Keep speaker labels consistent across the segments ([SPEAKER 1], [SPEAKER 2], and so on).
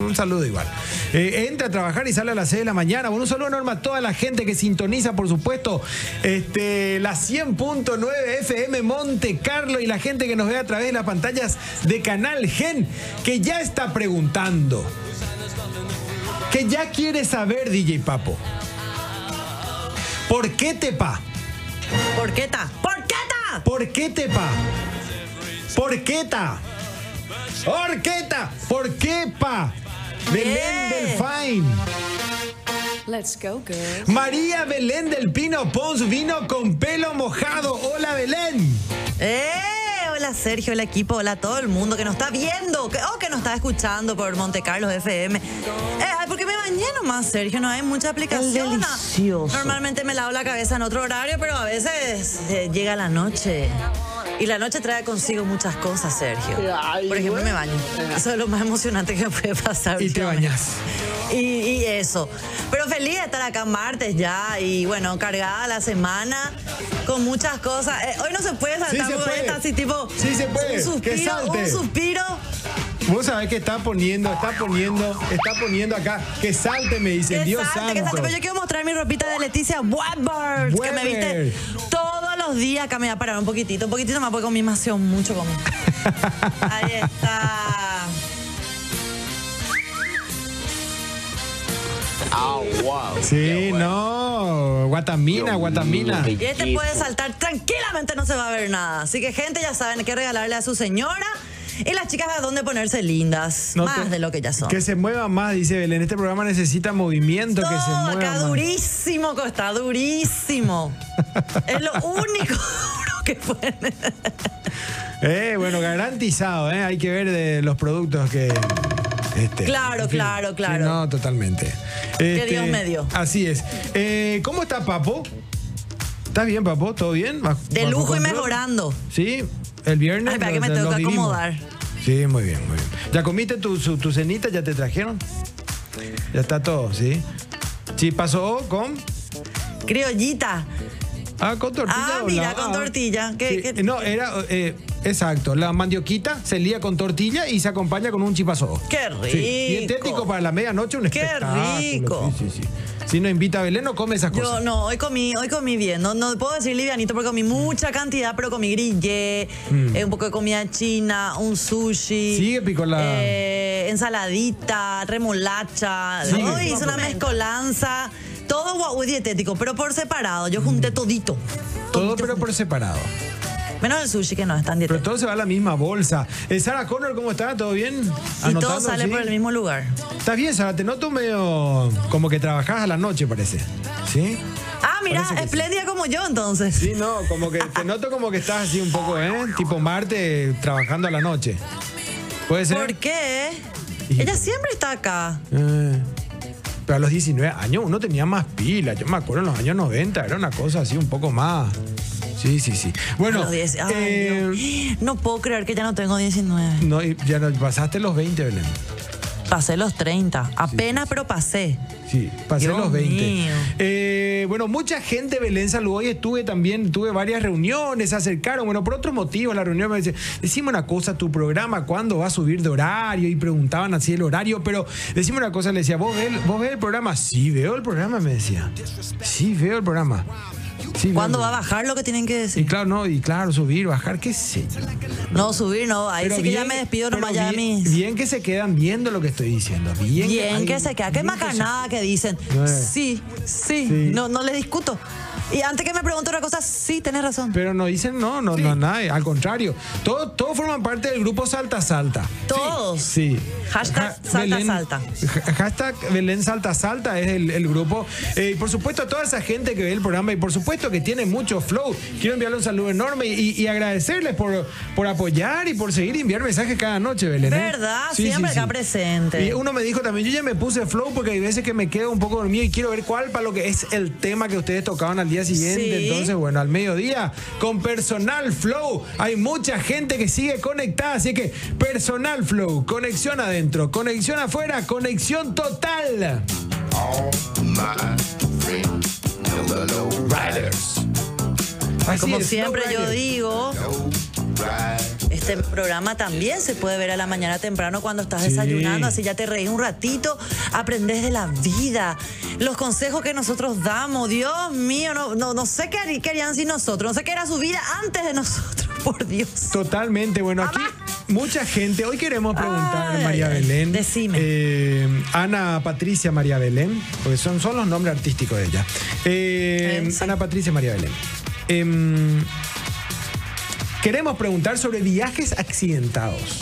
[SPEAKER 1] un saludo igual. Eh, entra a trabajar y sale a las 6 de la mañana. Bueno, un saludo enorme a toda la gente que sintoniza, por supuesto, este, la 100.9 FM Monte Carlo y la gente que nos ve a través de las pantallas de Canal Gen, que ya está preguntando. Que ya quiere saber, DJ Papo. ¿Por qué Tepa?
[SPEAKER 2] Porqueta. ¡Porqueta!
[SPEAKER 1] ¿Por qué Tepa? ¿Por qué ta? Orqueta, ¿por qué pa? Belén
[SPEAKER 2] Bien.
[SPEAKER 1] Delfín.
[SPEAKER 3] Let's go, girl.
[SPEAKER 1] María Belén del Pino Pons vino con pelo mojado. Hola Belén.
[SPEAKER 2] ¡Eh! Hola Sergio, hola equipo, hola a todo el mundo que nos está viendo que- o que nos está escuchando por Monte Carlos FM. Eh, ay, porque me bañé nomás, Sergio, no hay mucha aplicación. ah.
[SPEAKER 4] delicioso.
[SPEAKER 2] Normalmente me lavo la cabeza en otro horario, pero a veces eh, llega la noche. Y la noche trae consigo muchas cosas, Sergio.
[SPEAKER 4] Ay,
[SPEAKER 2] Por ejemplo, me baño. Eso es lo más emocionante que me puede pasar.
[SPEAKER 1] Y te
[SPEAKER 2] últimamente.
[SPEAKER 1] bañas.
[SPEAKER 2] Y, y eso. Pero feliz de estar acá martes ya y bueno, cargada la semana con muchas cosas. Eh, hoy no se puede saltar
[SPEAKER 1] se
[SPEAKER 2] porque
[SPEAKER 1] puede.
[SPEAKER 2] está así tipo
[SPEAKER 1] Sí se puede.
[SPEAKER 2] un
[SPEAKER 1] Que
[SPEAKER 2] suspiro,
[SPEAKER 1] salte.
[SPEAKER 2] un suspiro.
[SPEAKER 1] Vos sabés que está poniendo, está poniendo, está poniendo acá. Que salte, me dicen.
[SPEAKER 2] Que
[SPEAKER 1] Dios
[SPEAKER 2] salte, que
[SPEAKER 1] santo.
[SPEAKER 2] salte. Pero yo quiero mostrar mi ropita de Leticia Webber, que me
[SPEAKER 1] Weber.
[SPEAKER 2] viste todos los días. Acá me voy a parar un poquitito, un poquitito más porque comí demasiado mucho. Comí. Ahí está.
[SPEAKER 1] sí, no. Guatamina, guatamina.
[SPEAKER 2] Y este puede saltar tranquilamente, no se va a ver nada. Así que, gente, ya saben que regalarle a su señora. Y las chicas a dónde ponerse lindas.
[SPEAKER 1] No
[SPEAKER 2] más
[SPEAKER 1] te-
[SPEAKER 2] de lo que ya son.
[SPEAKER 1] Que se mueva más, dice Belén. Este programa necesita movimiento, que se
[SPEAKER 2] No,
[SPEAKER 1] mueva.
[SPEAKER 2] acá
[SPEAKER 1] más.
[SPEAKER 2] durísimo, Costa, durísimo. es lo único que pueden.
[SPEAKER 1] Eh, bueno, garantizado, ¿eh? Hay que ver de los productos que. este,
[SPEAKER 2] Claro,
[SPEAKER 1] en fin.
[SPEAKER 2] claro, claro.
[SPEAKER 1] Sí, no, totalmente. Este,
[SPEAKER 2] Dios me dio.
[SPEAKER 1] Así es. Eh, ¿Cómo está, Papo? ¿Estás bien, Papo? ¿Todo bien? ¿Bajo-
[SPEAKER 2] De
[SPEAKER 1] bajo
[SPEAKER 2] lujo y
[SPEAKER 1] control?
[SPEAKER 2] mejorando.
[SPEAKER 1] Sí, el viernes.
[SPEAKER 2] Ay, espera, que me
[SPEAKER 1] lo-
[SPEAKER 2] tengo
[SPEAKER 1] lo
[SPEAKER 2] que
[SPEAKER 1] vivimos.
[SPEAKER 2] acomodar.
[SPEAKER 1] Sí, muy bien, muy bien. ¿Ya comiste tu, su- tu cenita? ¿Ya te trajeron? Ya está todo, ¿sí? Sí, pasó con.
[SPEAKER 2] Criollita.
[SPEAKER 1] Ah, con tortilla.
[SPEAKER 2] Ah, mira,
[SPEAKER 1] doblada.
[SPEAKER 2] con tortilla. ¿Qué-
[SPEAKER 1] Sí,
[SPEAKER 2] qué-
[SPEAKER 1] No, era. eh, exacto. La mandioquita se lía con tortilla y se acompaña con un chipazo.
[SPEAKER 2] Qué rico.
[SPEAKER 1] dietético para la medianoche, un
[SPEAKER 2] Qué
[SPEAKER 1] espectáculo.
[SPEAKER 2] rico.
[SPEAKER 1] Sí, sí, sí. Si no invita a Belén, no come esas
[SPEAKER 2] Yo
[SPEAKER 1] cosas. Mm.
[SPEAKER 2] no, hoy comí, hoy comí bien. No, no puedo decir livianito porque comí mucha cantidad, pero comí grillé, eh, un poco de comida china, un sushi.
[SPEAKER 1] Sigue picola.
[SPEAKER 2] eh, ensaladita, remolacha.
[SPEAKER 1] Sigue.
[SPEAKER 2] Hoy hice una mezcolanza. Todo guau dietético, pero por separado. Yo
[SPEAKER 1] Mm.
[SPEAKER 2] junté todito.
[SPEAKER 1] Todo,
[SPEAKER 2] Todito
[SPEAKER 1] pero por
[SPEAKER 2] junté.
[SPEAKER 1] separado.
[SPEAKER 2] Menos el sushi que no es tan
[SPEAKER 1] Pero
[SPEAKER 2] dietético.
[SPEAKER 1] todo se va a la misma bolsa. Eh, Sara Connor, ¿cómo está? ¿Todo bien?
[SPEAKER 2] Y todo
[SPEAKER 1] ¿Anotando,
[SPEAKER 2] sale
[SPEAKER 1] sí?
[SPEAKER 2] por el mismo lugar.
[SPEAKER 1] ¿Estás bien, Sara? Te noto medio como que trabajás a la noche, parece. ¿Sí?
[SPEAKER 2] Ah, mira,
[SPEAKER 1] Parece que sí.
[SPEAKER 2] espléndida como yo entonces.
[SPEAKER 1] Sí, no, como que te noto como que estás así un poco, ¿eh? Tipo Marte trabajando a la noche. ¿Puede ser?
[SPEAKER 2] ¿Por qué?
[SPEAKER 1] Y-
[SPEAKER 2] Ella siempre está acá.
[SPEAKER 1] Eh, Pero a los 19 años uno tenía más pila. Yo me acuerdo en los años 90 era una cosa así un poco más. Sí, sí, sí. Bueno,
[SPEAKER 2] Los diez- ay,
[SPEAKER 1] eh,
[SPEAKER 2] Dios. no puedo creer que ya no tengo 19.
[SPEAKER 1] no, y ya no- pasaste los 20, Belén.
[SPEAKER 2] Pasé los 30. Apenas, pero pasé.
[SPEAKER 1] Sí, pasé
[SPEAKER 2] Dios
[SPEAKER 1] los 20.
[SPEAKER 2] mío.
[SPEAKER 1] Eh, bueno, mucha gente Belén saludó y estuve también, tuve varias reuniones, se acercaron, bueno, por otros motivos la reunión me decía, decime una cosa, tu programa, ¿cuándo va a subir de horario? Y preguntaban así el horario, pero decime una cosa, le decía, ¿vos ves, el- vos ves el programa? Sí, veo el programa, me decía. Sí, veo el programa. Sí, veo
[SPEAKER 2] ¿Cuándo
[SPEAKER 1] el
[SPEAKER 2] va a
[SPEAKER 1] programa".
[SPEAKER 2] bajar lo que tienen que
[SPEAKER 1] Y
[SPEAKER 2] decir?
[SPEAKER 1] claro, no, y claro, subir, bajar, qué sé yo.
[SPEAKER 2] No, subir, no. Ahí
[SPEAKER 1] Pero
[SPEAKER 2] sí que ya
[SPEAKER 1] bien-
[SPEAKER 2] me despido
[SPEAKER 1] pero
[SPEAKER 2] nomás ya de
[SPEAKER 1] bien,
[SPEAKER 2] mis.
[SPEAKER 1] bien que se quedan viendo lo que estoy diciendo. Bien,
[SPEAKER 2] Bien
[SPEAKER 1] ay,
[SPEAKER 2] que se queda. Qué
[SPEAKER 1] bien que se-
[SPEAKER 2] macanada que dicen.
[SPEAKER 1] Eh.
[SPEAKER 2] Sí, sí.
[SPEAKER 1] Sí.
[SPEAKER 2] No, no le discuto. Y antes que me pregunte otra cosa, sí, tenés razón.
[SPEAKER 1] Pero no dicen no, no, no, nada, al contrario. Todos todos forman parte del grupo Salta Salta.
[SPEAKER 2] Todos.
[SPEAKER 1] Sí.
[SPEAKER 2] Hashtag Salta
[SPEAKER 1] Belén-
[SPEAKER 2] Salta.
[SPEAKER 1] ja- Hashtag Belén Salta Salta es el, el grupo. Eh, y por supuesto, a toda esa gente que ve el programa y por supuesto que tiene mucho flow, quiero enviarle un saludo enorme y, y agradecerles por, por apoyar y por seguir y enviar mensajes cada noche, Belén. ¿eh?
[SPEAKER 2] ¿Verdad? Siempre acá presente.
[SPEAKER 1] Y uno me dijo también, yo ya me puse flow porque hay veces que me quedo un poco dormido y quiero ver cuál para lo que es el tema que ustedes tocaban al día siguiente.
[SPEAKER 2] Sí.
[SPEAKER 1] Entonces, bueno, al mediodía con Personal Flow. Hay mucha gente que sigue conectada, así que Personal Flow, conexión adentro, conexión afuera, conexión total. Así
[SPEAKER 2] Como
[SPEAKER 1] es,
[SPEAKER 2] siempre
[SPEAKER 1] Flow
[SPEAKER 2] yo
[SPEAKER 1] Rider.
[SPEAKER 2] digo, este programa también se puede ver a la mañana temprano cuando estás
[SPEAKER 1] Sí.
[SPEAKER 2] desayunando, así ya te reís un ratito, aprendes de la vida, los consejos que nosotros damos, Dios mío, no, no, no sé qué, harí- qué harían sin nosotros, no sé qué era su vida antes de nosotros, por Dios.
[SPEAKER 1] Totalmente, bueno, aquí mucha gente, hoy queremos preguntar,
[SPEAKER 2] Ay,
[SPEAKER 1] María
[SPEAKER 2] ay, ay,
[SPEAKER 1] Belén,
[SPEAKER 2] decime.
[SPEAKER 1] eh, Ana Patricia María Belén, porque son, son los nombres artísticos de ella. Eh,
[SPEAKER 2] Eh, sí.
[SPEAKER 1] Ana Patricia María Belén. Em, queremos preguntar sobre viajes accidentados.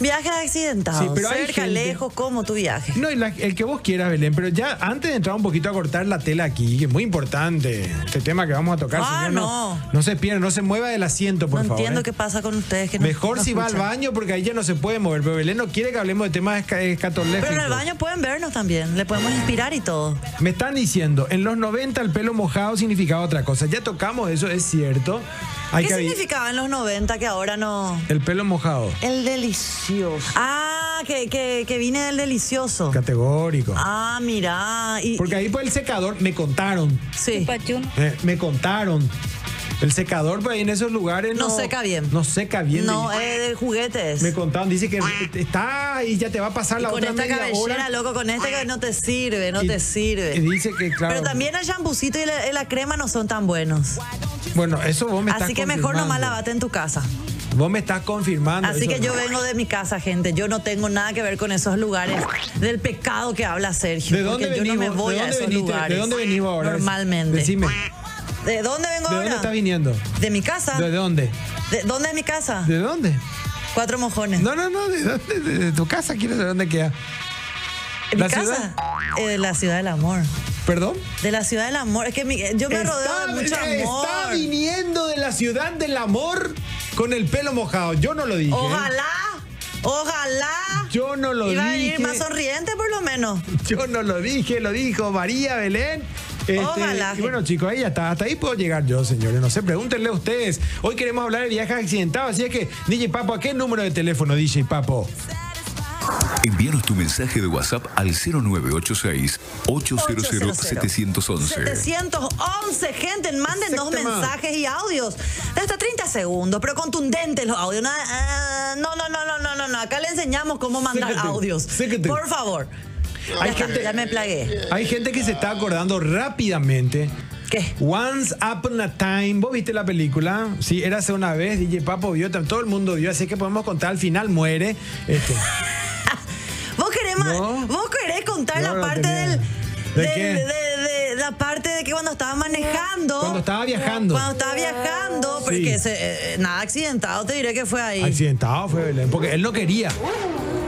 [SPEAKER 2] Viajes accidentados,
[SPEAKER 1] Sí, pero hay
[SPEAKER 2] cerca,
[SPEAKER 1] gente-
[SPEAKER 2] lejos, como tu viaje.
[SPEAKER 1] No, y la- el que vos quieras, Belén, pero ya antes de entrar un poquito a cortar la tela aquí, que es muy importante, este tema que vamos a tocar,
[SPEAKER 2] Ah,
[SPEAKER 1] señor, no.
[SPEAKER 2] no.
[SPEAKER 1] no se pierda, no se mueva del asiento, por
[SPEAKER 2] no
[SPEAKER 1] favor.
[SPEAKER 2] entiendo
[SPEAKER 1] ¿eh?
[SPEAKER 2] qué pasa con ustedes. Que no-
[SPEAKER 1] Mejor
[SPEAKER 2] no
[SPEAKER 1] si va al
[SPEAKER 2] escuchan.
[SPEAKER 1] baño porque ahí ya no se puede mover. Pero Belén no quiere que hablemos de temas esca- eh, escatológicos.
[SPEAKER 2] Pero en el baño pueden vernos también, le podemos inspirar y todo.
[SPEAKER 1] Me están diciendo, en los 90 el pelo mojado significaba otra cosa. Ya tocamos eso, es cierto. Hay
[SPEAKER 2] ¿Qué
[SPEAKER 1] que avi-
[SPEAKER 2] significaba en los 90 que ahora no?
[SPEAKER 1] El pelo mojado.
[SPEAKER 4] El delicioso.
[SPEAKER 2] Ah, que, que, que vine del delicioso.
[SPEAKER 1] Categórico.
[SPEAKER 2] Ah, mirá. Y,
[SPEAKER 1] Porque ahí por el secador me contaron.
[SPEAKER 2] sí.
[SPEAKER 1] eh, me contaron. El secador, pues ahí en esos lugares no,
[SPEAKER 2] No seca bien.
[SPEAKER 1] No seca bien.
[SPEAKER 2] No, eh,
[SPEAKER 1] Y-
[SPEAKER 2] es de juguetes.
[SPEAKER 1] Me contaron, dice que está y ya te va a pasar
[SPEAKER 2] Y
[SPEAKER 1] la
[SPEAKER 2] con
[SPEAKER 1] otra
[SPEAKER 2] esta
[SPEAKER 1] media
[SPEAKER 2] cabellera,
[SPEAKER 1] hora.
[SPEAKER 2] loco, con esta que no te sirve, no
[SPEAKER 1] Y-
[SPEAKER 2] te sirve.
[SPEAKER 1] y dice que, claro.
[SPEAKER 2] Pero también el chambucito y la, la crema no son tan buenos.
[SPEAKER 1] Bueno, eso vos me estás
[SPEAKER 2] Así que mejor
[SPEAKER 1] confirmando.
[SPEAKER 2] nomás lavate en tu casa.
[SPEAKER 1] Vos me estás confirmando.
[SPEAKER 2] Así
[SPEAKER 1] eso,
[SPEAKER 2] que yo
[SPEAKER 1] ¿no?
[SPEAKER 2] vengo de mi casa, gente. Yo no tengo nada que ver con esos lugares del pecado que habla Sergio.
[SPEAKER 1] ¿De dónde
[SPEAKER 2] porque
[SPEAKER 1] venís?
[SPEAKER 2] yo no me
[SPEAKER 1] vos?
[SPEAKER 2] voy
[SPEAKER 1] ¿De
[SPEAKER 2] a
[SPEAKER 1] dónde
[SPEAKER 2] esos
[SPEAKER 1] veniste?
[SPEAKER 2] lugares.
[SPEAKER 1] ¿De dónde venís vos ahora?
[SPEAKER 2] Normalmente.
[SPEAKER 1] Decime.
[SPEAKER 2] ¿De dónde vengo
[SPEAKER 1] ¿De
[SPEAKER 2] ahora?
[SPEAKER 1] dónde estás viniendo?
[SPEAKER 2] ¿De mi casa?
[SPEAKER 1] ¿De dónde?
[SPEAKER 2] ¿De dónde es mi casa?
[SPEAKER 1] ¿De dónde?
[SPEAKER 2] Cuatro mojones.
[SPEAKER 1] No, no, no, ¿de dónde? De, de tu casa, quiero saber dónde queda.
[SPEAKER 2] ¿Mi
[SPEAKER 1] ¿La
[SPEAKER 2] casa?
[SPEAKER 1] ciudad?
[SPEAKER 2] Eh, de la ciudad del amor.
[SPEAKER 1] ¿Perdón.
[SPEAKER 2] De la ciudad del amor. Es que mi- yo me rodeo de mucho amor.
[SPEAKER 1] está viniendo de la ciudad del amor con el pelo mojado. Yo no lo dije. ¿eh?
[SPEAKER 2] Ojalá, ojalá.
[SPEAKER 1] Yo no lo
[SPEAKER 2] Iba a venir
[SPEAKER 1] dije.
[SPEAKER 2] más sonriente por lo menos.
[SPEAKER 1] Yo no lo dije, lo dijo María Belén. Este,
[SPEAKER 2] Ojalá.
[SPEAKER 1] Y bueno, chicos, ahí ya está. Hasta ahí puedo llegar yo, señores. No sé, pregúntenle a ustedes. Hoy queremos hablar de viajes accidentados. Así es que, DJ Papo, ¿a qué número de teléfono, DJ Papo?
[SPEAKER 5] Envíanos tu mensaje de WhatsApp al 0986 800 711.
[SPEAKER 2] 711, gente, manden dos
[SPEAKER 1] Exacto, ma.
[SPEAKER 2] mensajes y audios de hasta 30 segundos, pero contundentes los audios. Nada, ah, No, no, no, no, no, no, no. Acá le enseñamos cómo mandar
[SPEAKER 1] Séquete,
[SPEAKER 2] audios.
[SPEAKER 1] séquete.
[SPEAKER 2] Por favor. Ya,
[SPEAKER 1] Hay
[SPEAKER 2] está,
[SPEAKER 1] gente-
[SPEAKER 2] ya me plagué.
[SPEAKER 1] Hay gente que se está acordando rápidamente.
[SPEAKER 2] ¿Qué?
[SPEAKER 1] Once Upon a Time. ¿Vos viste la película? Sí, era hace una vez. DJ Papo vio, tam- todo el mundo vio. Así que podemos contar. Al final muere. Este,
[SPEAKER 2] Vos querés, ma-
[SPEAKER 1] No.
[SPEAKER 2] vos querés contar
[SPEAKER 1] No,
[SPEAKER 2] la
[SPEAKER 1] no
[SPEAKER 2] parte
[SPEAKER 1] tenía.
[SPEAKER 2] del.
[SPEAKER 1] ¿De
[SPEAKER 2] del-
[SPEAKER 1] qué?
[SPEAKER 2] de- de- la parte de que cuando estaba manejando.
[SPEAKER 1] Cuando estaba viajando.
[SPEAKER 2] Cuando estaba viajando,
[SPEAKER 1] Sí.
[SPEAKER 2] porque se- eh, nada accidentado, te diré que fue ahí.
[SPEAKER 1] accidentado fue Belén. Porque él no quería.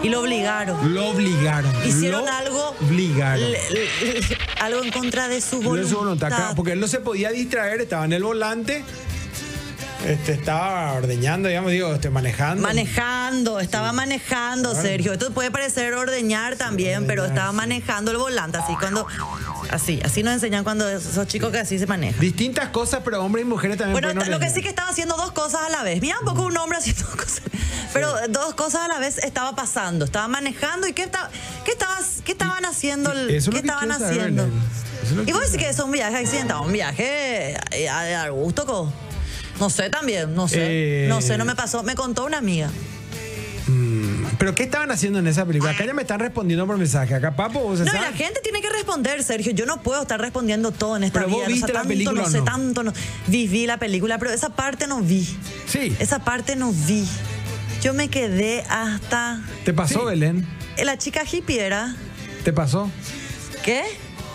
[SPEAKER 2] Y lo obligaron.
[SPEAKER 1] Lo obligaron.
[SPEAKER 2] Hicieron
[SPEAKER 1] Lo
[SPEAKER 2] algo.
[SPEAKER 1] Obligaron.
[SPEAKER 2] le- le- le- algo en contra de su
[SPEAKER 1] Lo
[SPEAKER 2] voluntad.
[SPEAKER 1] de su voluntad, claro, porque él no se podía distraer, estaba en el volante, este, estaba ordeñando, digamos, digo, este, manejando.
[SPEAKER 2] Manejando, estaba manejando, Sergio. Esto puede parecer ordeñar también, pero estaba manejando el volante, así cuando. Así, así nos enseñan cuando esos chicos que así se manejan.
[SPEAKER 1] Distintas cosas, pero hombres y mujeres también.
[SPEAKER 2] Bueno,
[SPEAKER 1] pueden
[SPEAKER 2] lo que
[SPEAKER 1] ordeñar.
[SPEAKER 2] sí que estaba haciendo dos cosas a la vez. Mira un poco un hombre haciendo dos cosas. Pero dos cosas a la vez estaba pasando. Estaba manejando y qué, esta- qué, estabas, qué estaban haciendo. el-
[SPEAKER 1] Eso es
[SPEAKER 2] ¿Qué
[SPEAKER 1] lo que
[SPEAKER 2] estaban
[SPEAKER 1] quiero saber,
[SPEAKER 2] haciendo?
[SPEAKER 1] Belén. Eso es lo que
[SPEAKER 2] y
[SPEAKER 1] quiero
[SPEAKER 2] vos decís que eso es un viaje accidentado, un viaje eh, a- de arbusto. co. No sé también, no sé.
[SPEAKER 1] Eh.
[SPEAKER 2] No sé, no me pasó. Me contó una amiga.
[SPEAKER 1] Pero ¿qué estaban haciendo en esa película? Acá ya me están respondiendo por mensaje. Acá, papo, vos
[SPEAKER 2] No, y
[SPEAKER 1] sabes?
[SPEAKER 2] la gente tiene que responder, Sergio. Yo no puedo estar respondiendo todo en esta
[SPEAKER 1] Pero vos
[SPEAKER 2] vida. no sé
[SPEAKER 1] viste la
[SPEAKER 2] tanto,
[SPEAKER 1] película
[SPEAKER 2] no
[SPEAKER 1] o
[SPEAKER 2] sé
[SPEAKER 1] no?
[SPEAKER 2] tanto. No. Vi, vi la película, pero esa parte no vi.
[SPEAKER 1] Sí.
[SPEAKER 2] Esa parte no vi. Yo me quedé hasta.
[SPEAKER 1] ¿Te pasó,
[SPEAKER 2] Sí.
[SPEAKER 1] Belén?
[SPEAKER 2] Eh, La chica hippie era.
[SPEAKER 1] ¿Te pasó?
[SPEAKER 2] ¿qué?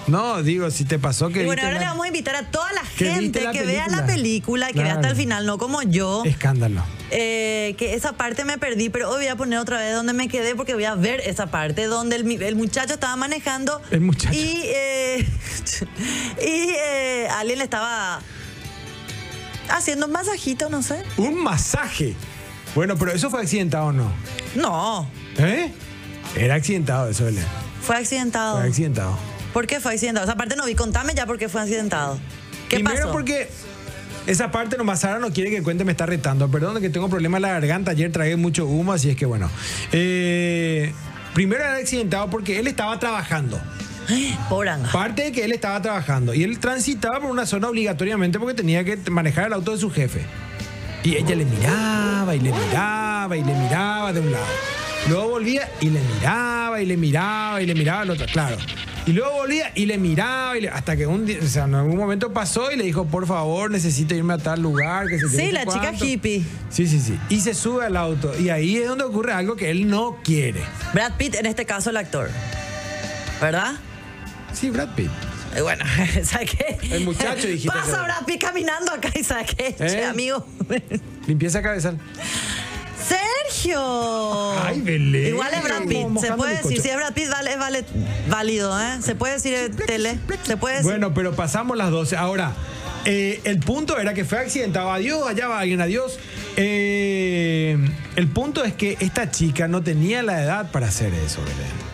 [SPEAKER 1] No, digo, si te pasó que.
[SPEAKER 2] Y bueno,
[SPEAKER 1] viste
[SPEAKER 2] ahora
[SPEAKER 1] la-
[SPEAKER 2] le vamos a invitar a toda la
[SPEAKER 1] Que viste
[SPEAKER 2] gente que
[SPEAKER 1] la
[SPEAKER 2] vea
[SPEAKER 1] película.
[SPEAKER 2] la película, que vea hasta
[SPEAKER 1] Claro.
[SPEAKER 2] el final, no como yo.
[SPEAKER 1] Escándalo.
[SPEAKER 2] eh, que esa parte me perdí, pero hoy voy a poner otra vez donde me quedé porque voy a ver esa parte donde el, mi- el muchacho estaba manejando
[SPEAKER 1] El muchacho.
[SPEAKER 2] y, eh, y eh, alguien le estaba haciendo un masajito, no sé.
[SPEAKER 1] Un masaje. Bueno, pero ¿eso fue accidentado o no?
[SPEAKER 2] No,
[SPEAKER 1] ¿Eh? Era accidentado eso, Belén.
[SPEAKER 2] fue accidentado.
[SPEAKER 1] Fue accidentado.
[SPEAKER 2] ¿Por qué fue accidentado? Esa parte no vi, contame ya por qué fue accidentado. ¿Qué
[SPEAKER 1] Primero
[SPEAKER 2] pasó?
[SPEAKER 1] porque esa parte nomás Sara no quiere que cuente, me está retando. Perdón que tengo problemas en la garganta, ayer tragué mucho humo, así es que bueno. Eh, primero era accidentado porque él estaba trabajando.
[SPEAKER 2] Poranga.
[SPEAKER 1] Parte de que él estaba trabajando y él transitaba por una zona obligatoriamente porque tenía que manejar el auto de su jefe. Y ella le miraba y le miraba y le miraba de un lado. Luego volvía y le miraba y le miraba y le miraba al otro, claro. Y luego volvía y le miraba y le- hasta que un día, o sea, en algún momento pasó y le dijo, por favor, necesito irme a tal lugar. Que se
[SPEAKER 2] Sí, la chica hippie.
[SPEAKER 1] Sí, sí, sí. Y se sube al auto. Y ahí es donde ocurre algo que él no quiere.
[SPEAKER 2] Brad Pitt, en este caso, el actor. ¿Verdad?
[SPEAKER 1] Sí, Brad Pitt.
[SPEAKER 2] Eh, Bueno, ¿sabes qué?
[SPEAKER 1] El muchacho, dijiste.
[SPEAKER 2] Pasa Brad Pitt caminando acá y ¿sabes qué? Che,
[SPEAKER 1] ¿Eh?
[SPEAKER 2] amigo.
[SPEAKER 1] Limpieza cabezal.
[SPEAKER 2] ¡Sergio!
[SPEAKER 1] Ay, Belén.
[SPEAKER 2] Igual es Brad Pitt.
[SPEAKER 1] Como
[SPEAKER 2] Se
[SPEAKER 1] mojando
[SPEAKER 2] puede decir,
[SPEAKER 1] bizcocho.
[SPEAKER 2] si es Brad Pitt, vale, es vale, válido, ¿eh? Se puede decir eh, tele. Se puede decir.
[SPEAKER 1] Bueno, pero pasamos las 12. Ahora, eh, el punto era que fue accidentado. Adiós, allá va alguien, adiós. Eh, el punto es que esta chica no tenía la edad para hacer eso, Belén.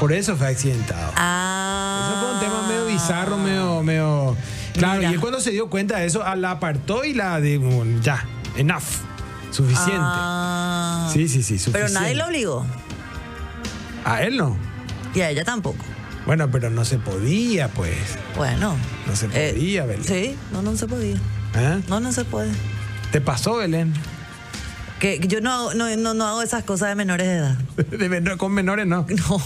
[SPEAKER 1] Por eso fue accidentado.
[SPEAKER 2] Ah.
[SPEAKER 1] Eso fue un tema medio bizarro, medio, medio. Claro,
[SPEAKER 2] Mira.
[SPEAKER 1] y él cuando se dio cuenta de eso, a- la apartó y la de bueno, ya, enough. Suficiente.
[SPEAKER 2] Ah.
[SPEAKER 1] Sí, sí, sí,
[SPEAKER 2] Pero
[SPEAKER 1] suficiente.
[SPEAKER 2] nadie lo obligó.
[SPEAKER 1] A él no.
[SPEAKER 2] Y a ella tampoco.
[SPEAKER 1] Bueno, pero no se podía, pues.
[SPEAKER 2] Bueno.
[SPEAKER 1] No se
[SPEAKER 2] Eh,
[SPEAKER 1] podía, Belén.
[SPEAKER 2] Sí, no, no se podía.
[SPEAKER 1] ¿Eh?
[SPEAKER 2] No, no se puede.
[SPEAKER 1] ¿Te pasó, Belén?
[SPEAKER 2] Que que yo no, hago- no, no, no hago esas cosas de menores de edad.
[SPEAKER 1] De menor- con menores no.
[SPEAKER 2] No.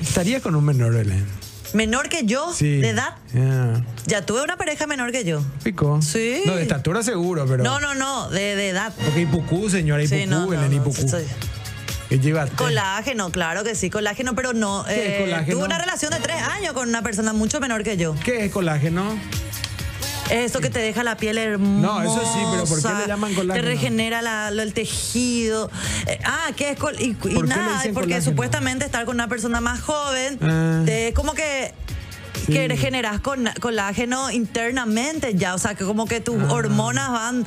[SPEAKER 1] Estarías con un menor, Belén.
[SPEAKER 2] Menor que yo,
[SPEAKER 1] Sí.
[SPEAKER 2] de edad.
[SPEAKER 1] Ya,
[SPEAKER 2] Ya tuve una pareja menor que yo.
[SPEAKER 1] Picó.
[SPEAKER 2] Sí.
[SPEAKER 1] No, de estatura seguro, pero.
[SPEAKER 2] No, no, no, de, de edad.
[SPEAKER 1] Porque Ipucú, señora, Ipucú,
[SPEAKER 2] Sí, no, no,
[SPEAKER 1] Belén,
[SPEAKER 2] no,
[SPEAKER 1] Ipucú.
[SPEAKER 2] soy-
[SPEAKER 1] Que lleva.
[SPEAKER 2] Colágeno, claro que sí, colágeno, pero no. eh,
[SPEAKER 1] ¿Qué es colágeno?
[SPEAKER 2] Tuve una relación de tres años con una persona mucho menor que yo.
[SPEAKER 1] ¿Qué es colágeno?
[SPEAKER 2] Es Eso que te deja la piel hermosa.
[SPEAKER 1] No, eso sí, pero ¿por qué le llaman colágeno?
[SPEAKER 2] Te regenera la- lo, el tejido. Eh, ah, ¿qué es col Y, y
[SPEAKER 1] qué le
[SPEAKER 2] nada,
[SPEAKER 1] dicen
[SPEAKER 2] porque
[SPEAKER 1] colágeno?
[SPEAKER 2] supuestamente estar con una persona más joven,
[SPEAKER 1] Ah.
[SPEAKER 2] te, como que.
[SPEAKER 1] Sí.
[SPEAKER 2] Que generas con, colágeno internamente ya, o sea, que como que tus
[SPEAKER 1] Ah.
[SPEAKER 2] hormonas van.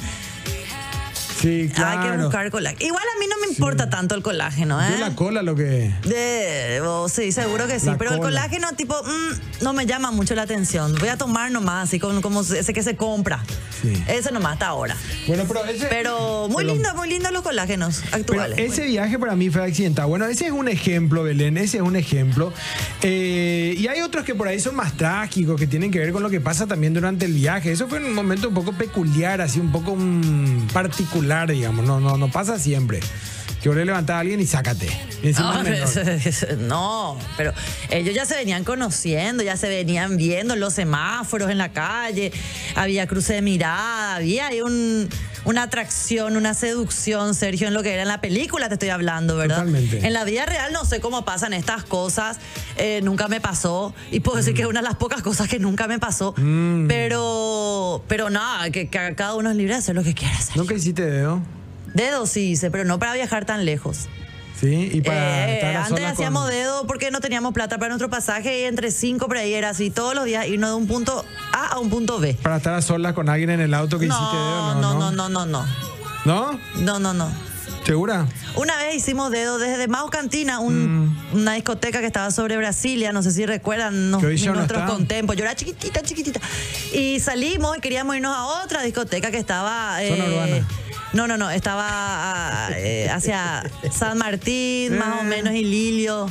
[SPEAKER 1] Sí, claro.
[SPEAKER 2] Hay que buscar colágeno. Igual a mí no me importa tanto el colágeno, ¿eh?
[SPEAKER 1] Yo la cola lo que.
[SPEAKER 2] De, oh, sí, seguro que sí.
[SPEAKER 1] La
[SPEAKER 2] pero el
[SPEAKER 1] cola.
[SPEAKER 2] colágeno, tipo, mm, no me llama mucho la atención. Voy a tomar nomás, así como, como ese que se compra.
[SPEAKER 1] Sí.
[SPEAKER 2] Ese nomás hasta ahora.
[SPEAKER 1] Bueno, pero ese.
[SPEAKER 2] Pero muy
[SPEAKER 1] Perdón.
[SPEAKER 2] lindo, muy lindo los colágenos
[SPEAKER 1] Pero
[SPEAKER 2] actuales.
[SPEAKER 1] ese viaje para mí fue accidentado. Bueno, ese es un ejemplo, Belén, ese es un ejemplo. Eh, y hay otros que por ahí son más trágicos, que tienen que ver con lo que pasa también durante el viaje. Eso fue un momento un poco peculiar, así un poco mm, particular, digamos. No, no, no pasa siempre. Que vos le levantás a alguien y sácate. Y encima
[SPEAKER 2] No,
[SPEAKER 1] es menor.
[SPEAKER 2] no, pero ellos ya se venían conociendo, ya se venían viendo en los semáforos en la calle, había cruce de mirada, había ahí un- una atracción, una seducción, Sergio, en lo que era en la película, te estoy hablando, ¿verdad?
[SPEAKER 1] Totalmente.
[SPEAKER 2] En la vida real no sé cómo pasan estas cosas, eh, nunca me pasó, y puedo decir que es una de las pocas cosas que nunca me pasó, pero, pero nada, que, que cada uno es libre de hacer lo que quiera hacer.
[SPEAKER 1] ¿Nunca hiciste dedo?
[SPEAKER 2] Dedos sí hice, pero no para viajar tan lejos.
[SPEAKER 1] Sí, y para
[SPEAKER 2] Eh,
[SPEAKER 1] estar a
[SPEAKER 2] antes
[SPEAKER 1] solas
[SPEAKER 2] hacíamos
[SPEAKER 1] con-
[SPEAKER 2] dedo porque no teníamos plata para nuestro pasaje y entre cinco por ahí era así todos los días irnos de un punto A a un punto B.
[SPEAKER 1] Para estar a solas con alguien en el auto que hiciste dedo.
[SPEAKER 2] No, no, no,
[SPEAKER 1] no.
[SPEAKER 2] no, no, no,
[SPEAKER 1] ¿No?
[SPEAKER 2] no, no, no.
[SPEAKER 1] ¿Segura?
[SPEAKER 2] Una vez hicimos dedo desde Mao Cantina, un-
[SPEAKER 1] Mm.
[SPEAKER 2] una discoteca que estaba sobre Brasilia, no sé si recuerdan no-
[SPEAKER 1] Que hoy ya no
[SPEAKER 2] nuestros
[SPEAKER 1] está.
[SPEAKER 2] contempos. Yo era chiquitita, chiquitita. Y salimos y queríamos irnos a otra discoteca que estaba. eh,
[SPEAKER 1] Zona urbana.
[SPEAKER 2] No, no, no, estaba ah, eh, hacia San Martín, más
[SPEAKER 1] Eh.
[SPEAKER 2] o menos, y Lilio.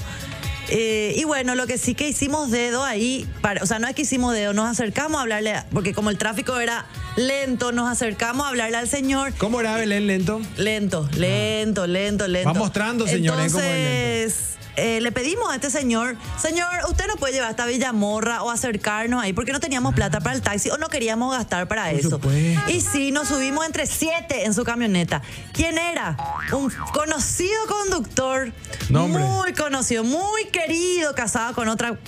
[SPEAKER 2] Eh, y bueno, lo que sí que hicimos dedo ahí, para- o sea, no es que hicimos dedo, nos acercamos a hablarle, a- porque como el tráfico era lento, nos acercamos a hablarle al señor
[SPEAKER 1] ¿Cómo era Belén lento?
[SPEAKER 2] Lento, lento, lento, lento.
[SPEAKER 1] Ah. Va mostrando, señores, cómo es
[SPEAKER 2] Entonces, eh, le pedimos a este señor, señor, usted no puede llevar hasta Villamorra o acercarnos ahí porque no teníamos plata para el taxi o no queríamos gastar para eso.
[SPEAKER 1] supuesto.
[SPEAKER 2] Y sí, nos subimos entre siete en su camioneta. ¿Quién era? Un conocido conductor,
[SPEAKER 1] Nombre.
[SPEAKER 2] muy conocido, muy querido, casado con otra